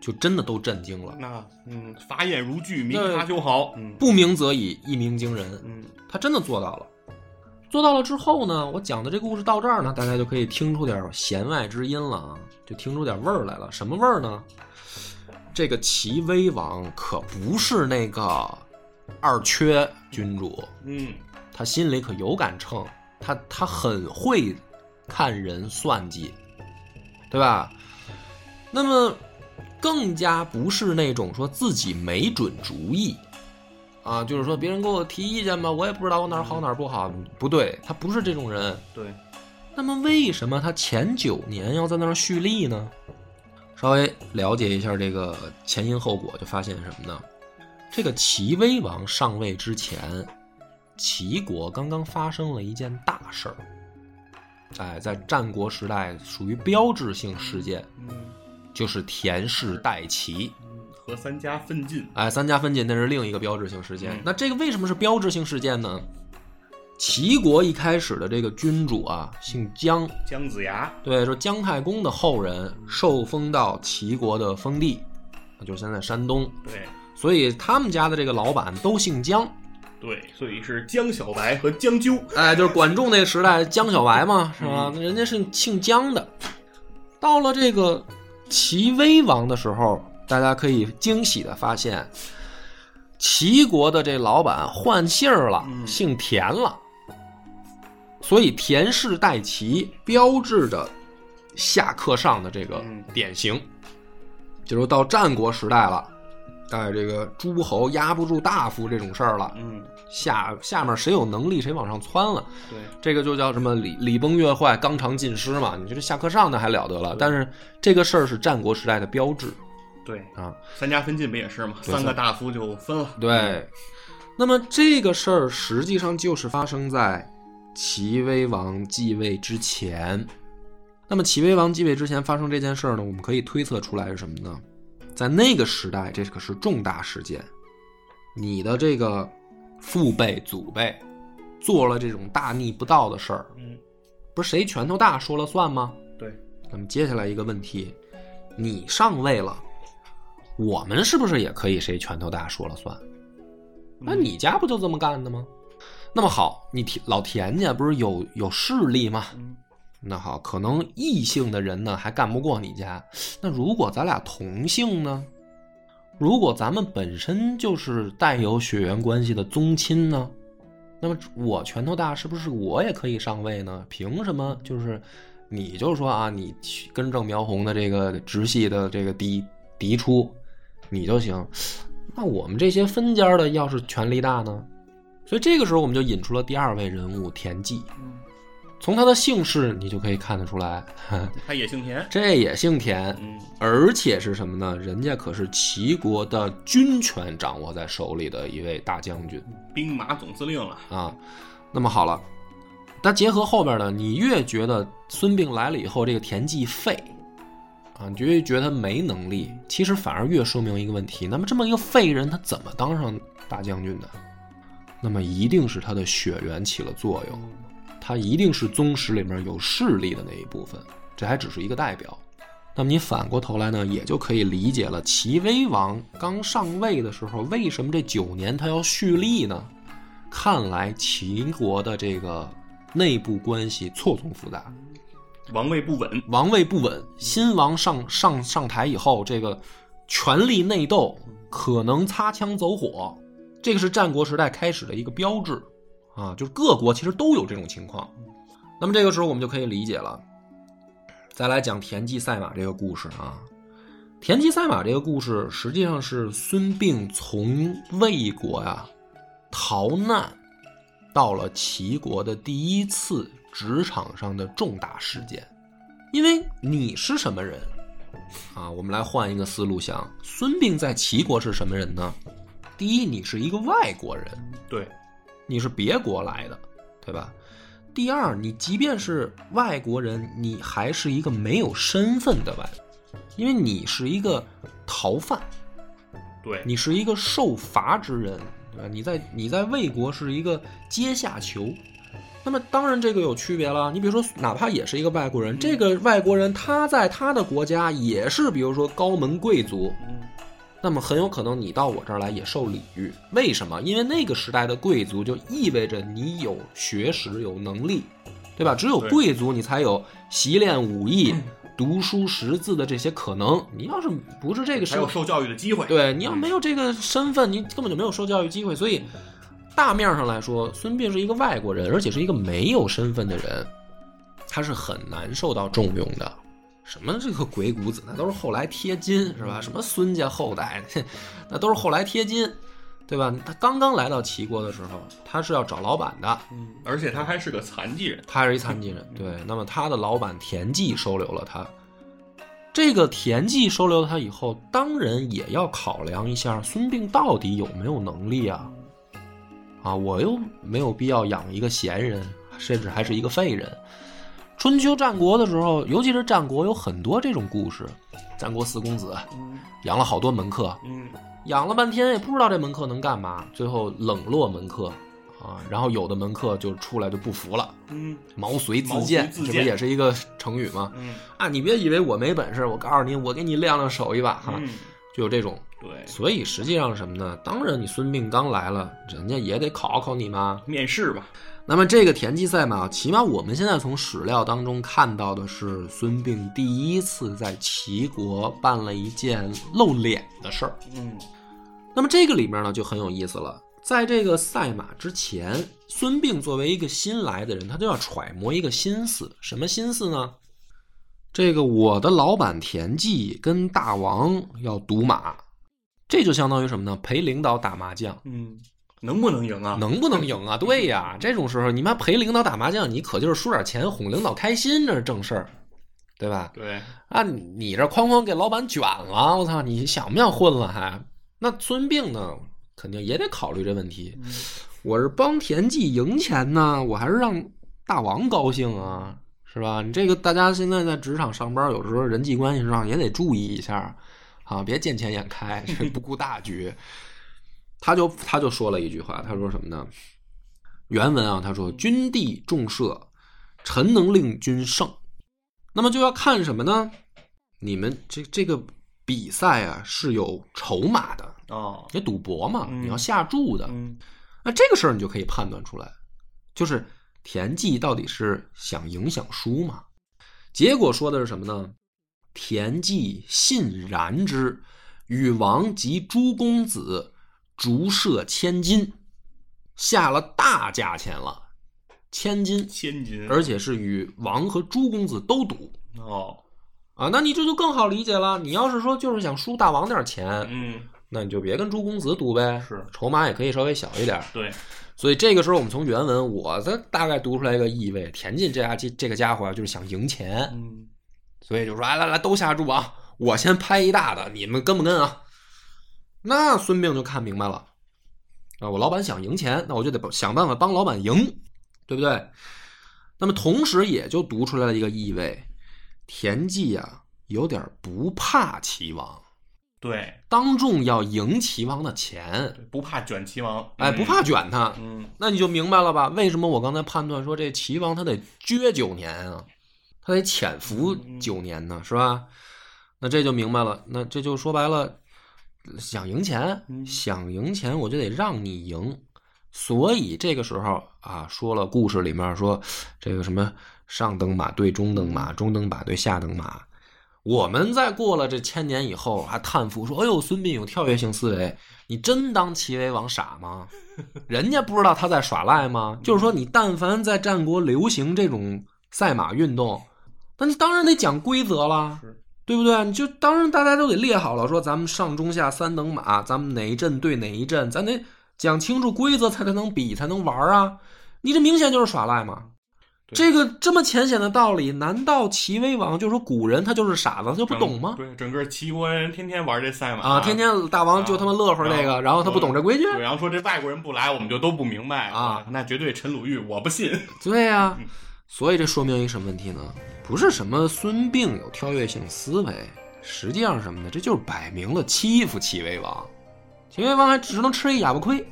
Speaker 1: 就真的都震惊了。
Speaker 2: 那嗯，法眼如炬，明
Speaker 1: 那
Speaker 2: 察秋毫，嗯
Speaker 1: 不鸣则已，一鸣惊人。
Speaker 2: 嗯，
Speaker 1: 他真的做到了。做到了之后呢，我讲的这个故事到这儿呢，大家就可以听出点弦外之音了啊，就听出点味儿来了。什么味儿呢？这个齐威王可不是那个二缺君主，
Speaker 2: 嗯，
Speaker 1: 他心里可有杆秤，他他很会看人算计，对吧？那么更加不是那种说自己没准主意啊，就是说别人给我提意见吧，我也不知道我哪儿好哪儿不好，不对，他不是这种人。
Speaker 2: 对，
Speaker 1: 那么为什么他前九年要在那儿蓄力呢？稍微了解一下这个前因后果，就发现什么呢？这个齐威王上位之前，齐国刚刚发生了一件大事儿，哎，在战国时代属于标志性事件，
Speaker 2: 嗯，
Speaker 1: 就是田氏代齐。
Speaker 2: 和三家奋进，
Speaker 1: 哎，三家分晋那是另一个标志性事件。
Speaker 2: 嗯
Speaker 1: 那这个为什么是标志性事件呢？齐国一开始的这个君主啊，姓姜，
Speaker 2: 姜子牙，
Speaker 1: 对，说姜太公的后人受封到齐国的封地，就是现在山东，
Speaker 2: 对
Speaker 1: 所以他们家的这个老板都姓姜，
Speaker 2: 对，所以是姜小白和姜究，
Speaker 1: 哎，就是管仲那个时代姜小白嘛，是吧？
Speaker 2: 嗯
Speaker 1: 人家是姓姜的。到了这个齐威王的时候，大家可以惊喜的发现，齐国的这老板换姓儿了，
Speaker 2: 嗯
Speaker 1: 姓田了。所以田氏代齐，标志着下克上的这个
Speaker 2: 嗯
Speaker 1: 典型。就是到战国时代了，哎，这个诸侯压不住大夫这种事儿了，
Speaker 2: 嗯，
Speaker 1: 下下面谁有能力谁往上窜了，
Speaker 2: 对，
Speaker 1: 这个就叫什么礼礼崩乐坏、纲常尽失嘛。你觉得下课上那还了得了？但是这个事儿是战国时代的标志
Speaker 2: 对，
Speaker 1: 啊。
Speaker 2: 三家分晋不也是吗？
Speaker 1: 对
Speaker 2: 三个大夫就分了，
Speaker 1: 对，那么这个事儿实际上就是发生在齐威王继位之前。那么齐威王继位之前发生这件事儿呢，我们可以推测出来是什么呢？在那个时代，这可是重大事件。你的这个父辈、祖辈做了这种大逆不道的事儿，
Speaker 2: 嗯，
Speaker 1: 不是谁拳头大说了算吗？
Speaker 2: 对，
Speaker 1: 那么接下来一个问题，你上位了，我们是不是也可以谁拳头大说了算？那
Speaker 2: 嗯
Speaker 1: 你家不就这么干的吗？那么好，你田老田家不是有有势力吗？
Speaker 2: 嗯
Speaker 1: 那好，可能异性的人呢还干不过你家，那如果咱俩同性呢？如果咱们本身就是带有血缘关系的宗亲呢？那么我拳头大，是不是我也可以上位呢？凭什么就是你就说啊，你根正苗红的这个直系的这个嫡嫡出，你就行？那我们这些分家的要是权力大呢？所以这个时候我们就引出了第二位人物田忌。
Speaker 2: 嗯，
Speaker 1: 从他的姓氏你就可以看得出来，
Speaker 2: 他也姓田，
Speaker 1: 这也姓田，
Speaker 2: 嗯，
Speaker 1: 而且是什么呢？人家可是齐国的军权掌握在手里的一位大将军
Speaker 2: 兵马总司令了，
Speaker 1: 啊。那么好了，但结合后边呢，你越觉得孙膑来了以后这个田忌废啊，你就越觉得他没能力，其实反而越说明一个问题：那么这么一个废人，他怎么当上大将军的？那么一定是他的血缘起了作用。他一定是宗室里面有势力的那一部分，这还只是一个代表。那么你反过头来呢，也就可以理解了齐威王刚上位的时候，为什么这九年他要蓄力呢？看来齐国的这个内部关系错综复杂，
Speaker 2: 王位不稳，
Speaker 1: 王位不稳，新王上上上台以后，这个权力内斗可能擦枪走火，这个是战国时代开始的一个标志啊，就是各国其实都有这种情况。那么这个时候我们就可以理解了。再来讲田忌赛马这个故事啊，田忌赛马这个故事实际上是孙膑从魏国呀、逃难到了齐国的第一次职场上的重大事件。因为你是什么人啊？我们来换一个思路想，孙膑在齐国是什么人呢？第一，你是一个外国人，
Speaker 2: 对，
Speaker 1: 你是别国来的，对吧？第二，你即便是外国人，你还是一个没有身份的外，因为你是一个逃犯，
Speaker 2: 对，
Speaker 1: 你是一个受罚之人，对吧？你在你在魏国是一个阶下囚。那么当然这个有区别了。你比如说，哪怕也是一个外国
Speaker 2: 嗯
Speaker 1: 人，这个外国人他在他的国家也是，比如说高门贵族，
Speaker 2: 嗯，
Speaker 1: 那么很有可能你到我这儿来也受礼遇。为什么？因为那个时代的贵族就意味着你有学识、有能力，对吧？只有
Speaker 2: 对嗯
Speaker 1: 贵族你才有习练武艺、读书识字的这些可能。你要是不是这个
Speaker 2: 还
Speaker 1: 时候
Speaker 2: 有受教育的机会，
Speaker 1: 对，你要没有这个身份，你根本就没有受教育机会。所以，大面上来说，孙膑是一个外国人，而且是一个没有身份的人。它是很难受到重用的。什么这个鬼谷子，那都是后来贴金是
Speaker 2: 嗯
Speaker 1: 吧？什么孙家后代，那都是后来贴金，对吧？他刚刚来到齐国的时候，他是要找老板的，
Speaker 2: 嗯，而且他还是个残疾人，
Speaker 1: 他是一残疾人，对。那么他的老板田忌收留了他，这个田忌收留他以后，当然也要考量一下孙膑到底有没有能力啊。啊，我又没有必要养一个闲人，甚至还是一个废人。春秋战国的时候，尤其是战国，有很多这种故事。战国四公子养了好多门客，
Speaker 2: 嗯，
Speaker 1: 养了半天也不知道这门客能干嘛，最后冷落门客啊。然后有的门客就出来就不服了，
Speaker 2: 嗯
Speaker 1: 毛遂自
Speaker 2: 毛遂
Speaker 1: 荐，
Speaker 2: 自
Speaker 1: 这不
Speaker 2: 荐
Speaker 1: 也是一个成语吗？
Speaker 2: 嗯
Speaker 1: 啊，你别以为我没本事，我告诉你，我给你亮亮手一把哈、
Speaker 2: 嗯，
Speaker 1: 就有这种。
Speaker 2: 对，
Speaker 1: 所以实际上是什么呢？当然，你孙膑刚来了，人家也得考考你嘛。
Speaker 2: 面试吧，
Speaker 1: 那么这个田忌赛马，起码我们现在从史料当中看到的是，孙膑第一次在齐国办了一件露脸的事儿。
Speaker 2: 嗯
Speaker 1: 那么这个里面呢就很有意思了，在这个赛马之前，孙膑作为一个新来的人，他就要揣摩一个心思，什么心思呢？这个我的老板田忌跟大王要赌马，这就相当于什么呢？陪领导打麻将。
Speaker 2: 嗯，能不能赢啊？
Speaker 1: 能不能赢啊？对呀，这种时候你妈陪领导打麻将，你可就是输点钱哄领导开心，这是正事儿，对吧？
Speaker 2: 对，
Speaker 1: 啊，你这哐哐给老板卷了，我操，你想不想混了还？那孙膑呢，肯定也得考虑这问题。我是帮田忌赢钱呢，我还是让大王高兴啊，是吧？你这个大家现在在职场上班，有时候人际关系上也得注意一下啊，别见钱眼开，这不顾大局。他就他就说了一句话，他说什么呢？原文啊，他说：“君地重射，臣能令君胜。”那么就要看什么呢？你们这这个比赛啊是有筹码的，
Speaker 2: 哦，
Speaker 1: 你赌博嘛，
Speaker 2: 嗯
Speaker 1: 你要下注的。
Speaker 2: 嗯
Speaker 1: 那这个事儿你就可以判断出来，就是田忌到底是想赢想输嘛？结果说的是什么呢？田忌信然之，与王及诸公子逐射千金，下了大价钱了，千金，
Speaker 2: 千金，
Speaker 1: 而且是与王和诸公子都赌。
Speaker 2: 哦，
Speaker 1: 啊，那你这就更好理解了。你要是说就是想输大王点儿钱，
Speaker 2: 嗯，
Speaker 1: 那你就别跟朱公子赌呗，
Speaker 2: 是
Speaker 1: 筹码也可以稍微小一点儿。
Speaker 2: 对，
Speaker 1: 所以这个时候我们从原文，我再大概读出来一个意味：田忌这家这这个家伙啊，就是想赢钱，
Speaker 2: 嗯
Speaker 1: 所以就说来来来，都下注啊，我先拍一大的，你们跟不跟啊？那孙膑就看明白了，啊，我老板想赢钱，那我就得想办法帮老板赢，对不对？那么同时也就读出来了一个意味：田忌啊，有点不怕齐王，
Speaker 2: 对，
Speaker 1: 当众要赢齐王的钱，
Speaker 2: 不怕卷齐王，
Speaker 1: 哎，不怕卷他，
Speaker 2: 嗯，嗯，
Speaker 1: 那你就明白了吧？为什么我刚才判断说这齐王他得撅九年啊，他得潜伏九年呢，是吧？那这就明白了。那这就说白了，想赢钱，
Speaker 2: 嗯
Speaker 1: 想赢钱，我就得让你赢。所以这个时候啊，说了故事里面说这个什么上等马对中等马，中等马对下等马。我们在过了这千年以后，还叹服说：“哎呦，孙膑有跳跃性思维，你真当齐威王傻吗？人家不知道他在耍赖
Speaker 2: 嗯
Speaker 1: 吗？就是说，你但凡在战国流行这种赛马运动，那你当然得讲规则了
Speaker 2: 是，
Speaker 1: 对不对？你就当然大家都得列好了，说咱们上中下三等马，咱们哪一阵对哪一阵，咱得讲清楚规则才能比才能玩啊！你这明显就是耍赖嘛！
Speaker 2: 对
Speaker 1: 这个这么浅显的道理，难道齐威王就说古人他就是傻子，他就不
Speaker 2: 整
Speaker 1: 懂吗？
Speaker 2: 对，整个齐国人天天玩这赛马
Speaker 1: 啊，天天大王就他妈乐呵这
Speaker 2: 啊
Speaker 1: 个，然后他不懂这规矩，
Speaker 2: 对，然后说这外国人不来，我们就都不明白
Speaker 1: 啊，
Speaker 2: 那绝对陈鲁豫，我不信。
Speaker 1: 对呀、所以这说明一个什么问题呢？不是什么孙膑有跳跃性思维，实际上是什么呢？这就是摆明了欺负齐威王，齐威王还只能吃一哑巴亏，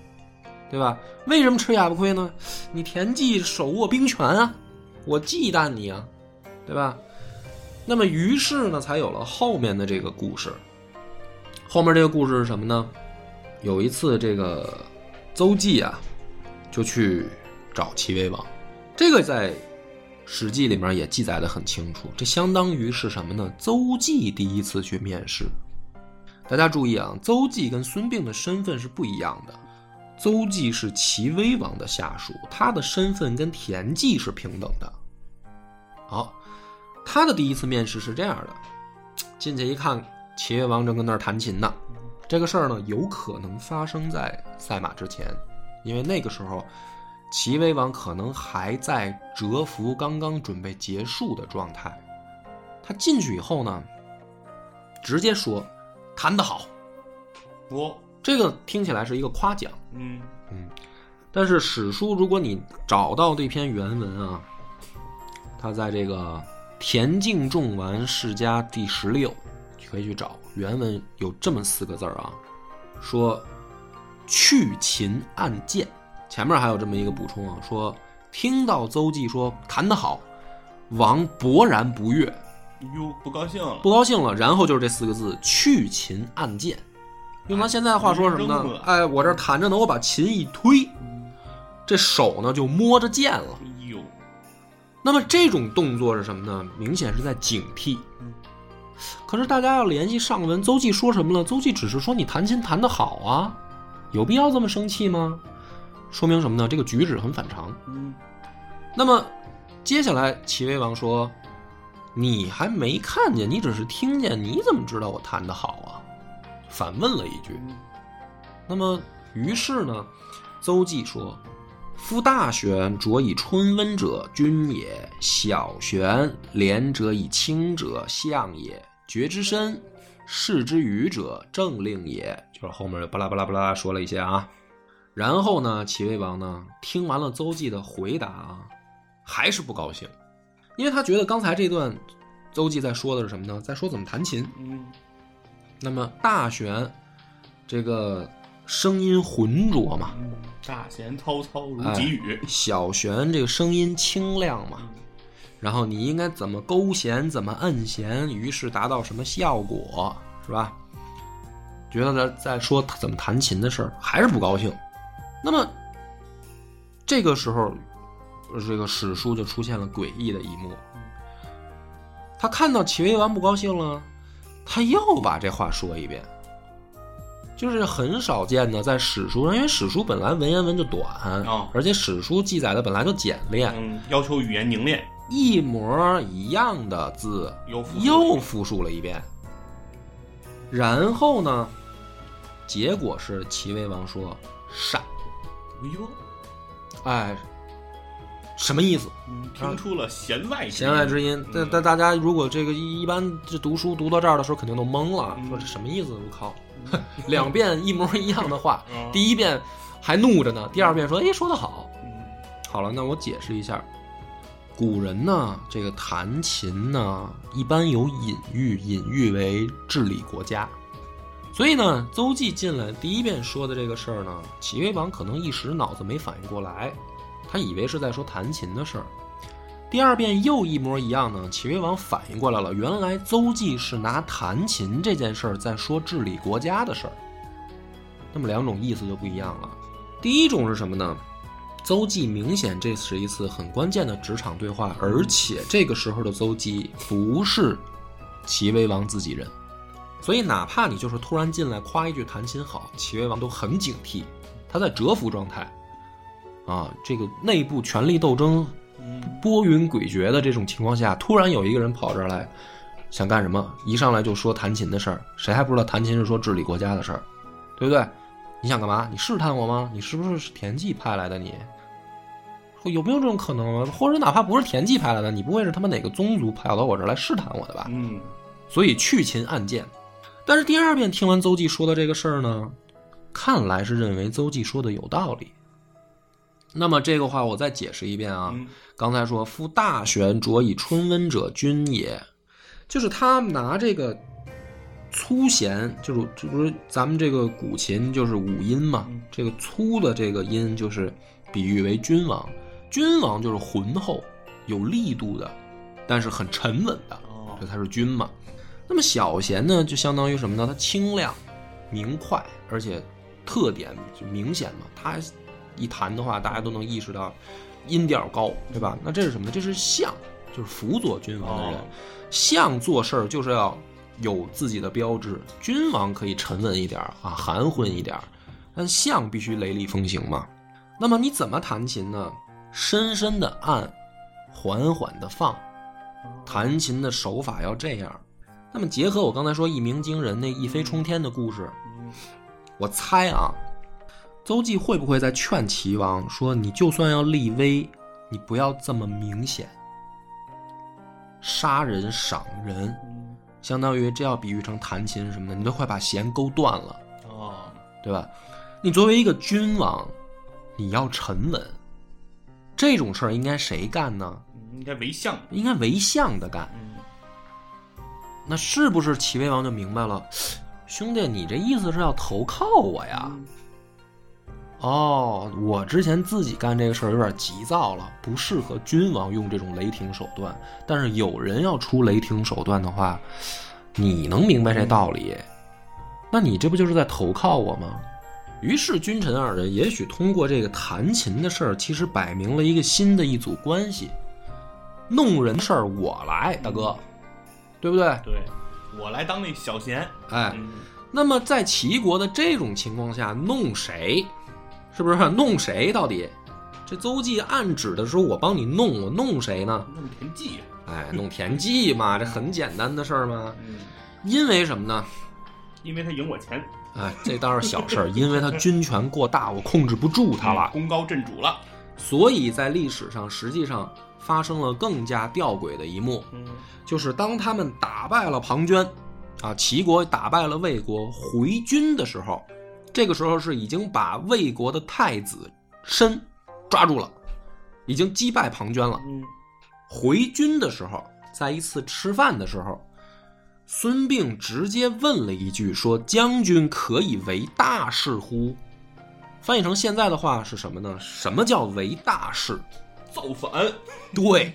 Speaker 1: 对吧？为什么吃哑巴亏呢？你田忌手握兵权啊，我忌惮你啊，对吧？那么于是呢，才有了后面的这个故事。后面这个故事是什么呢？有一次，这个邹忌啊，就去找齐威王。这个在《史记》里面也记载的很清楚，这相当于是什么呢？邹忌第一次去面试。大家注意啊，邹忌跟孙膑的身份是不一样的。邹忌是齐威王的下属，他的身份跟田忌是平等的。好，他的第一次面试是这样的，进去一看，齐越王正跟那儿弹琴呢。这个事儿呢，有可能发生在赛马之前，因为那个时候，齐威王可能还在蛰伏刚刚准备结束的状态。他进去以后呢，直接说弹得好，
Speaker 2: 我
Speaker 1: 这个听起来是一个夸奖，
Speaker 2: 嗯
Speaker 1: 但是史书如果你找到这篇原文啊，它在这个《田径仲完世家》第十六，可以去找原文有这么四个字儿啊，说“去秦按剑”，前面还有这么一个补充啊，说听到邹忌说弹得好，王勃然不悦，
Speaker 2: 哟不高兴了，
Speaker 1: 不高兴了，然后就是这四个字“去秦按剑”。用咱现在话说什么
Speaker 2: 扔
Speaker 1: 呢
Speaker 2: 了？
Speaker 1: 哎，我这儿弹着呢，我把琴一推，这手呢就摸着剑了。
Speaker 2: 哎呦，
Speaker 1: 那么这种动作是什么呢？明显是在警惕
Speaker 2: 嗯。
Speaker 1: 可是大家要联系上文，邹忌说什么了？邹忌只是说你弹琴弹得好啊，有必要这么生气吗？说明什么呢？这个举止很反常。
Speaker 2: 嗯
Speaker 1: 那么接下来，齐威王说：“你还没看见，你只是听见，你怎么知道我弹得好啊？”反问了一句。那么于是呢，邹忌说：“夫大玄着以春温者，君也；小玄连者以清者，相也；觉之深，视之愚者，政令也。”就是后面就巴拉巴拉巴拉说了一些啊。然后呢，齐威王呢，听完了邹忌的回答啊，还是不高兴，因为他觉得刚才这段邹忌在说的是什么呢？在说怎么弹琴。
Speaker 2: 嗯
Speaker 1: 那么大玄这个声音浑浊嘛，
Speaker 2: 嗯，大弦滔滔如
Speaker 1: 哎
Speaker 2: 急雨，
Speaker 1: 小玄这个声音清亮嘛，然后你应该怎么勾弦，怎么摁弦，于是达到什么效果，是吧？觉得在在说他怎么弹琴的事儿，还是不高兴。那么这个时候，呃这个史书就出现了诡异的一幕。他看到齐威王不高兴了，他又把这话说一遍，就是很少见的在史书上，因为史书本来文言文就短，
Speaker 2: 哦
Speaker 1: 而且史书记载的本来就简练，
Speaker 2: 嗯，要求语言凝练，
Speaker 1: 一模一样的字
Speaker 2: 又复述
Speaker 1: 又复述了一遍。然后呢，结果是齐威王说善，
Speaker 2: 哎呦，
Speaker 1: 哎，什么意思？
Speaker 2: 嗯听出了弦外
Speaker 1: 弦外之
Speaker 2: 音，
Speaker 1: 音
Speaker 2: 嗯。
Speaker 1: 但但大家如果这个一一般这读书读到这儿的时候，肯定都懵了，
Speaker 2: 嗯
Speaker 1: 说这什么意思？我靠， 两遍一模一样的话，
Speaker 2: 嗯
Speaker 1: 第一遍还怒着呢，第二遍说哎说得好，
Speaker 2: 嗯
Speaker 1: 好了，那我解释一下，古人呢，这个弹琴呢，一般有隐喻，隐喻为治理国家。所以呢，邹忌进来第一遍说的这个事儿呢，齐威王可能一时脑子没反应过来，他以为是在说弹琴的事儿。第二遍又一模一样呢，齐威王反应过来了，原来邹忌是拿弹琴这件事儿在说治理国家的事儿。那么两种意思就不一样了。第一种是什么呢？邹忌明显这是一次很关键的职场对话，而且这个时候的邹忌不是齐威王自己人，所以哪怕你就是突然进来夸一句弹琴好，齐威王都很警惕，他在蛰伏状态，啊，这个内部权力斗争
Speaker 2: 嗯
Speaker 1: 波云诡谲的这种情况下，突然有一个人跑这儿来，想干什么？一上来就说弹琴的事儿，谁还不知道弹琴是说治理国家的事儿，对不对？你想干嘛？你试探我吗？你是不是是田忌派来的你？会有没有这种可能啊？或者哪怕不是田忌派来的，你不会是他们哪个宗族派到我这儿来试探我的吧？
Speaker 2: 嗯，
Speaker 1: 所以去秦暗箭。但是第二遍听完邹忌说的这个事儿呢，看来是认为邹忌说的有道理。那么这个话我再解释一遍啊，
Speaker 2: 嗯
Speaker 1: 刚才说“夫大玄着以春温者，君也”，就是他拿这个粗弦，就是这不是咱们这个古琴就是五音嘛
Speaker 2: 嗯，
Speaker 1: 这个粗的这个音就是比喻为君王，君王就是浑厚、有力度的，但是很沉稳的。
Speaker 2: 哦
Speaker 1: 这，才是君嘛。那么小弦呢，就相当于什么呢？它清亮、明快，而且特点就明显嘛。它一弹的话，大家都能意识到音调高，对吧？那这是什么呢？这是相，就是辅佐君王的人
Speaker 2: 哦。
Speaker 1: 相做事儿就是要有自己的标志。君王可以沉稳一点儿啊，含混一点儿，但相必须雷厉风行嘛。那么你怎么弹琴呢？深深的按，缓缓的放，弹琴的手法要这样。那么结合我刚才说一鸣惊人那一飞冲天的故事，我猜啊，邹忌会不会在劝齐王说：“你就算要立威，你不要这么明显，杀人赏人，
Speaker 2: 嗯
Speaker 1: 相当于这要比喻成弹琴什么的，你都快把弦勾断了，
Speaker 2: 哦，
Speaker 1: 对吧？你作为一个君王，你要沉稳，这种事儿应该谁干呢？
Speaker 2: 嗯应该为相。
Speaker 1: 应该为相的干。
Speaker 2: 嗯，
Speaker 1: 那是不是齐威王就明白了？兄弟，你这意思是要投靠我呀？哦，我之前自己干这个事儿有点急躁了，不适合君王用这种雷霆手段。但是有人要出雷霆手段的话，你能明白这道理？那你这不就是在投靠我吗？于是君臣二人也许通过这个弹琴的事儿，其实摆明了一个新的一组关系。弄人事儿我来，大哥，对不对？
Speaker 2: 对，我来当那小贤。
Speaker 1: 哎，
Speaker 2: 嗯，
Speaker 1: 那么在齐国的这种情况下，弄谁，是不是弄谁？到底这邹忌暗指的说，我帮你弄，我弄谁呢？
Speaker 2: 弄田忌。啊
Speaker 1: 哎，弄田忌嘛， 这很简单的事儿嘛。
Speaker 2: 嗯，
Speaker 1: 因为什么呢？
Speaker 2: 因为他赢我钱，
Speaker 1: 哎，这倒是小事儿，因为他军权过大，我控制不住他了，
Speaker 2: 功高震主了。
Speaker 1: 所以在历史上实际上发生了更加吊诡的一幕，
Speaker 2: 嗯
Speaker 1: 就是当他们打败了庞涓，啊，齐国打败了魏国回军的时候，这个时候是已经把魏国的太子申抓住了，已经击败庞涓了。
Speaker 2: 嗯
Speaker 1: 回军的时候，在一次吃饭的时候，孙膑直接问了一句说：“将军可以为大事乎？”翻译成现在的话是什么呢？什么叫为大事？
Speaker 2: 造反。
Speaker 1: 对，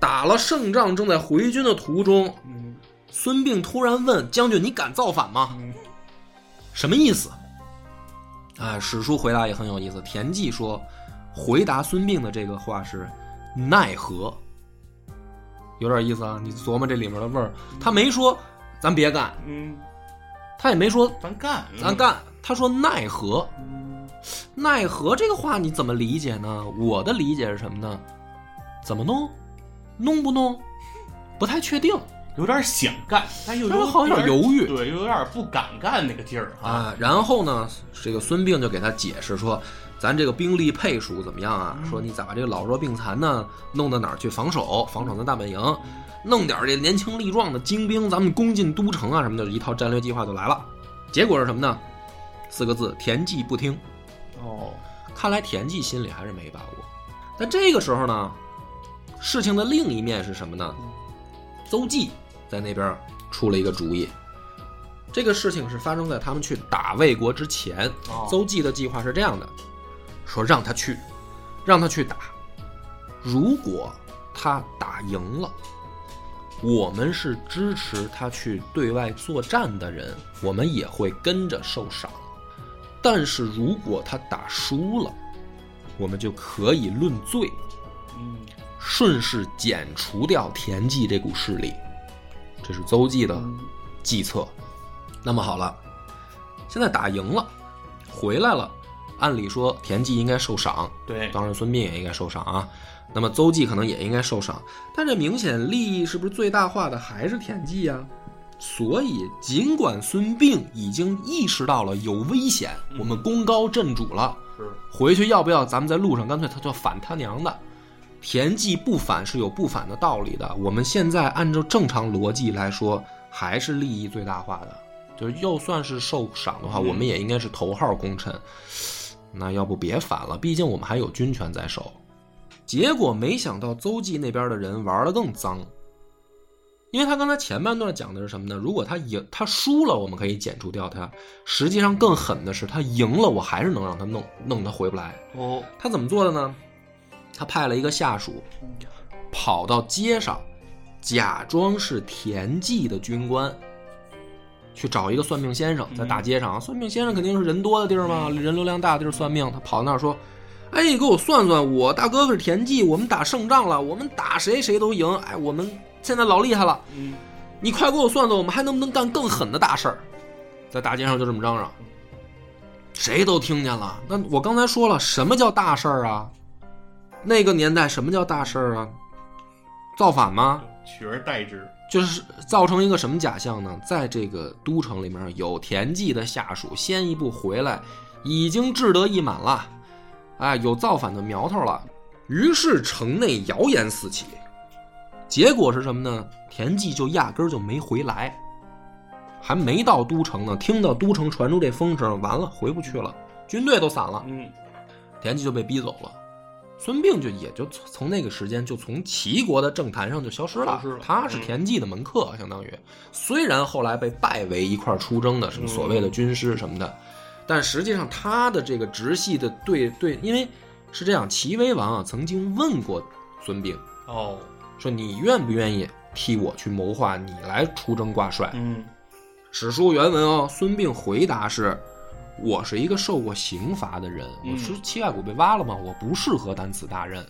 Speaker 1: 打了胜仗，正在回军的途中，
Speaker 2: 嗯
Speaker 1: 孙膑突然问将军：“你敢造反吗
Speaker 2: 嗯？”
Speaker 1: 什么意思？啊，史书回答也很有意思。田忌说，回答孙膑的这个话是“奈何”，有点意思啊。你琢磨这里面的味儿，他没说咱别干，
Speaker 2: 嗯，
Speaker 1: 他也没说
Speaker 2: 咱干，
Speaker 1: 咱。干，他说奈何。
Speaker 2: 嗯
Speaker 1: 奈何这个话你怎么理解呢？我的理解是什么呢？怎么弄？弄不弄？不太确定。
Speaker 2: 有点想干，但又
Speaker 1: 但是好像有点犹豫
Speaker 2: 对，又有点不敢干那个劲儿啊。
Speaker 1: 啊，然后呢，这个孙膑就给他解释说，咱这个兵力配属怎么样啊？说你咋把这个老弱病残呢弄到哪儿去防守？防守咱大本营，弄点儿这年轻力壮的精兵，咱们攻进都城啊什么的，一套战略计划就来了。结果是什么呢？四个字：田忌不听。
Speaker 2: 哦，
Speaker 1: 看来田忌心里还是没把握。但这个时候呢，事情的另一面是什么呢？邹忌在那边出了一个主意。这个事情是发生在他们去打魏国之前
Speaker 2: 哦。
Speaker 1: 邹忌的计划是这样的：说让他去，让他去打。如果他打赢了，我们是支持他去对外作战的人，我们也会跟着受赏。但是如果他打输了，我们就可以论罪，
Speaker 2: 嗯，
Speaker 1: 顺势减除掉田忌这股势力。这是邹忌的计策。那么好了，现在打赢了，回来了，按理说田忌应该受赏，
Speaker 2: 对，
Speaker 1: 当然孙膑也应该受赏啊。那么邹忌可能也应该受赏，但这明显利益是不是最大化的还是田忌啊？所以，尽管孙膑已经意识到了有危险，我们功高震主了，
Speaker 2: 是，
Speaker 1: 回去要不要咱们在路上干脆他就反他娘的？田忌不反是有不反的道理的。我们现在按照正常逻辑来说，还是利益最大化的，就是就算是受赏的话，
Speaker 2: 嗯
Speaker 1: 我们也应该是头号功臣。那要不别反了，毕竟我们还有军权在手。结果没想到邹忌那边的人玩的更脏，因为他刚才前半段讲的是什么呢？如果他赢，他输了，我们可以剪除掉他。实际上更狠的是，他赢了，我还是能让他弄弄他回不来。
Speaker 2: 哦，
Speaker 1: 他怎么做的呢？他派了一个下属，跑到街上，假装是田忌的军官，去找一个算命先生，在大街上啊，算命先生肯定是人多的地儿嘛，人流量大的地儿算命。他跑那儿说：“哎，给我算算，我大哥哥是田忌，我们打胜仗了，我们打谁谁都赢，哎，我们现在老厉害了，
Speaker 2: 嗯，
Speaker 1: 你快给我算算，我们还能不能干更狠的大事儿？”在大街上就这么嚷嚷，谁都听见了。那我刚才说了，什么叫大事儿啊？那个年代什么叫大事儿啊？造反吗？
Speaker 2: 取而代之。
Speaker 1: 就是造成一个什么假象呢？在这个都城里面，有田忌的下属先一步回来，已经志得意满了，哎，有造反的苗头了。于是城内谣言四起，结果是什么呢？田忌就压根儿就没回来，还没到都城呢，听到都城传出这风声，完了回不去了，军队都散了。
Speaker 2: 嗯，
Speaker 1: 田忌就被逼走了。孙膑就也就从从那个时间就从齐国的政坛上就消失了，
Speaker 2: 消失了
Speaker 1: 他是
Speaker 2: 嗯
Speaker 1: 田忌的门客，相当于虽然后来被拜为一块儿出征的什
Speaker 2: 嗯
Speaker 1: 么所谓的军师什么的，但实际上他的这个直系的对对，因为是这样，齐威王啊曾经问过孙膑
Speaker 2: 哦，
Speaker 1: 说：“你愿不愿意替我去谋划，你来出征挂帅？”
Speaker 2: 嗯，
Speaker 1: 史书原文哦，孙膑回答是：“我是一个受过刑罚的人，
Speaker 2: 嗯
Speaker 1: 我是膝盖骨被挖了吗？我不适合担此大任。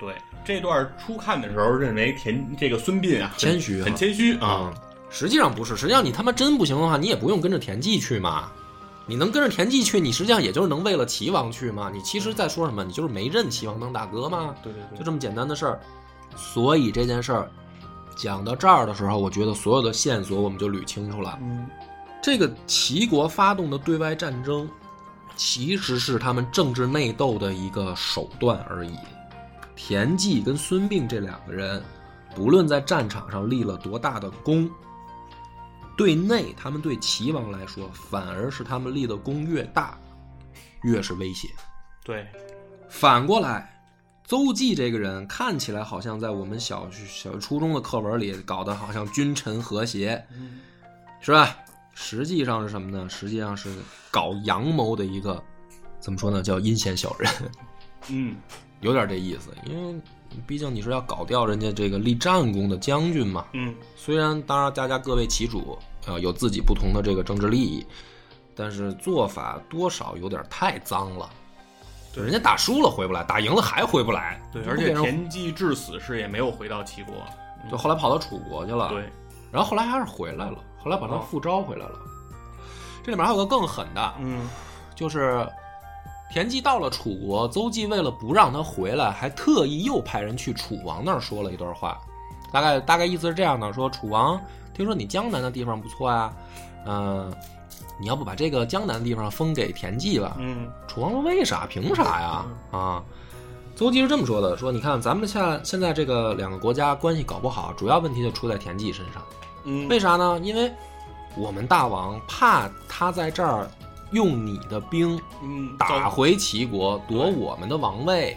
Speaker 2: 对，这段初看的时候认为田这个孙膑啊，很
Speaker 1: 谦虚啊
Speaker 2: 很谦虚啊。
Speaker 1: 实际上不是，实际上你他妈真不行的话，你也不用跟着田忌去嘛。你能跟着田忌去，你实际上也就是能为了齐王去嘛。你其实在说什么？你就是没认齐王当大哥嘛，
Speaker 2: 对对对，
Speaker 1: 就这么简单的事儿。所以这件事儿讲到这儿的时候，我觉得所有的线索我们就捋清楚了。
Speaker 2: 嗯，
Speaker 1: 这个齐国发动的对外战争，其实是他们政治内斗的一个手段而已。田忌跟孙膑这两个人，不论在战场上立了多大的功，对内他们对齐王来说，反而是他们立的功越大，越是威胁。
Speaker 2: 对，
Speaker 1: 反过来，邹忌这个人看起来好像在我们小学小初中的课文里搞得好像君臣和谐，
Speaker 2: 嗯
Speaker 1: 是吧？实际上是什么呢？实际上是搞阳谋的一个，怎么说呢？叫阴险小人，
Speaker 2: 嗯，
Speaker 1: 有点这意思。因为毕竟你是要搞掉人家这个立战功的将军嘛。
Speaker 2: 嗯，
Speaker 1: 虽然当然大家各为其主，呃，有自己不同的这个政治利益，但是做法多少有点太脏了。
Speaker 2: 对
Speaker 1: 人家打输了回不来，打赢了还回不来。
Speaker 2: 对，
Speaker 1: 就
Speaker 2: 而
Speaker 1: 不
Speaker 2: 且
Speaker 1: 给人啊
Speaker 2: 田忌至死是也没有回到齐国，
Speaker 1: 就后来跑到楚国去了。
Speaker 2: 对，
Speaker 1: 然后后来还是回来了，后来把他
Speaker 2: 哦
Speaker 1: 复招回来了。这里面还有个更狠的，
Speaker 2: 嗯，
Speaker 1: 就是田忌到了楚国，邹忌为了不让他回来，还特意又派人去楚王那儿说了一段话，大概大概意思是这样的：说楚王，听说你江南的地方不错呀、嗯、你要不把这个江南的地方封给田忌吧？
Speaker 2: 嗯，
Speaker 1: 楚王说为啥？凭啥呀？啊，邹忌是这么说的：说你看咱们现在现在这个两个国家关系搞不好，主要问题就出在田忌身上。
Speaker 2: 嗯，
Speaker 1: 为啥呢？因为我们大王怕他在这儿用你的兵
Speaker 2: 嗯
Speaker 1: 打
Speaker 2: 造
Speaker 1: 回齐国，夺我们的王位。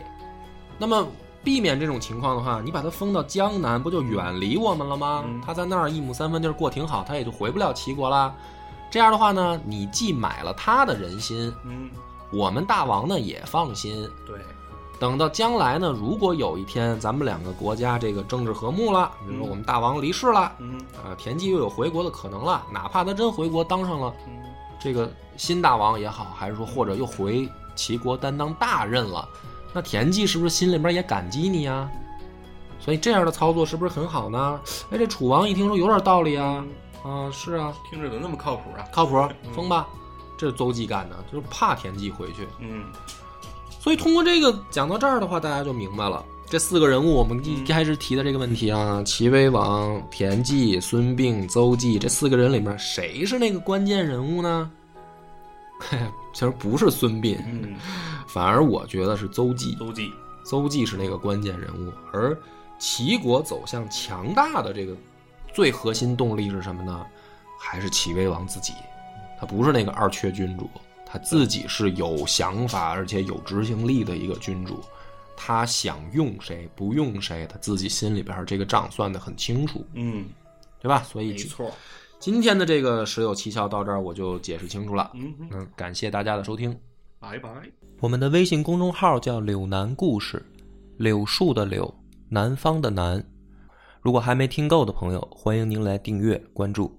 Speaker 1: 那么避免这种情况的话，你把他封到江南，不就远离我们了吗？
Speaker 2: 嗯
Speaker 1: 他在那儿一亩三分地儿过挺好，他也就回不了齐国啦。这样的话呢，你既买了他的人心，
Speaker 2: 嗯，
Speaker 1: 我们大王呢也放心。
Speaker 2: 对，
Speaker 1: 等到将来呢，如果有一天咱们两个国家这个政治和睦了，比如说
Speaker 2: 嗯
Speaker 1: 我们大王离世了，
Speaker 2: 嗯
Speaker 1: 呃，田忌又有回国的可能了。哪怕他真回国当上了
Speaker 2: 嗯，
Speaker 1: 这个新大王也好，还是说或者又回齐国担当大任了，那田忌是不是心里边也感激你啊？所以这样的操作是不是很好呢？哎，这楚王一听说有点道理啊，啊，是啊，
Speaker 2: 听着怎么那么靠谱啊？
Speaker 1: 靠谱，封吧。这是邹忌干的，就是怕田忌回去。
Speaker 2: 嗯
Speaker 1: 所以通过这个讲到这儿的话，大家就明白了。这四个人物，我们一
Speaker 2: 嗯
Speaker 1: 开始提的这个问题啊，齐威王、田忌、孙膑、邹忌这四个人里面，谁是那个关键人物呢？ 嘿，其实不是孙膑，
Speaker 2: 嗯，
Speaker 1: 反而我觉得是邹忌。
Speaker 2: 邹忌，
Speaker 1: 邹忌是那个关键人物，而齐国走向强大的这个最核心动力是什么呢？还是齐威王自己，他不是那个二缺君主，他自己是有想法而且有执行力的一个君主，他想用谁不用谁，他自己心里边这个账算得很清楚，
Speaker 2: 嗯，
Speaker 1: 对吧？所以
Speaker 2: 没错，
Speaker 1: 今天的这个十有七窍到这儿我就解释清楚了，
Speaker 2: 嗯哼，
Speaker 1: 嗯，感谢大家的收听。
Speaker 2: 拜拜。
Speaker 1: 我们的微信公众号叫“柳南故事”，柳树的柳，南方的南。如果还没听够的朋友，欢迎您来订阅关注。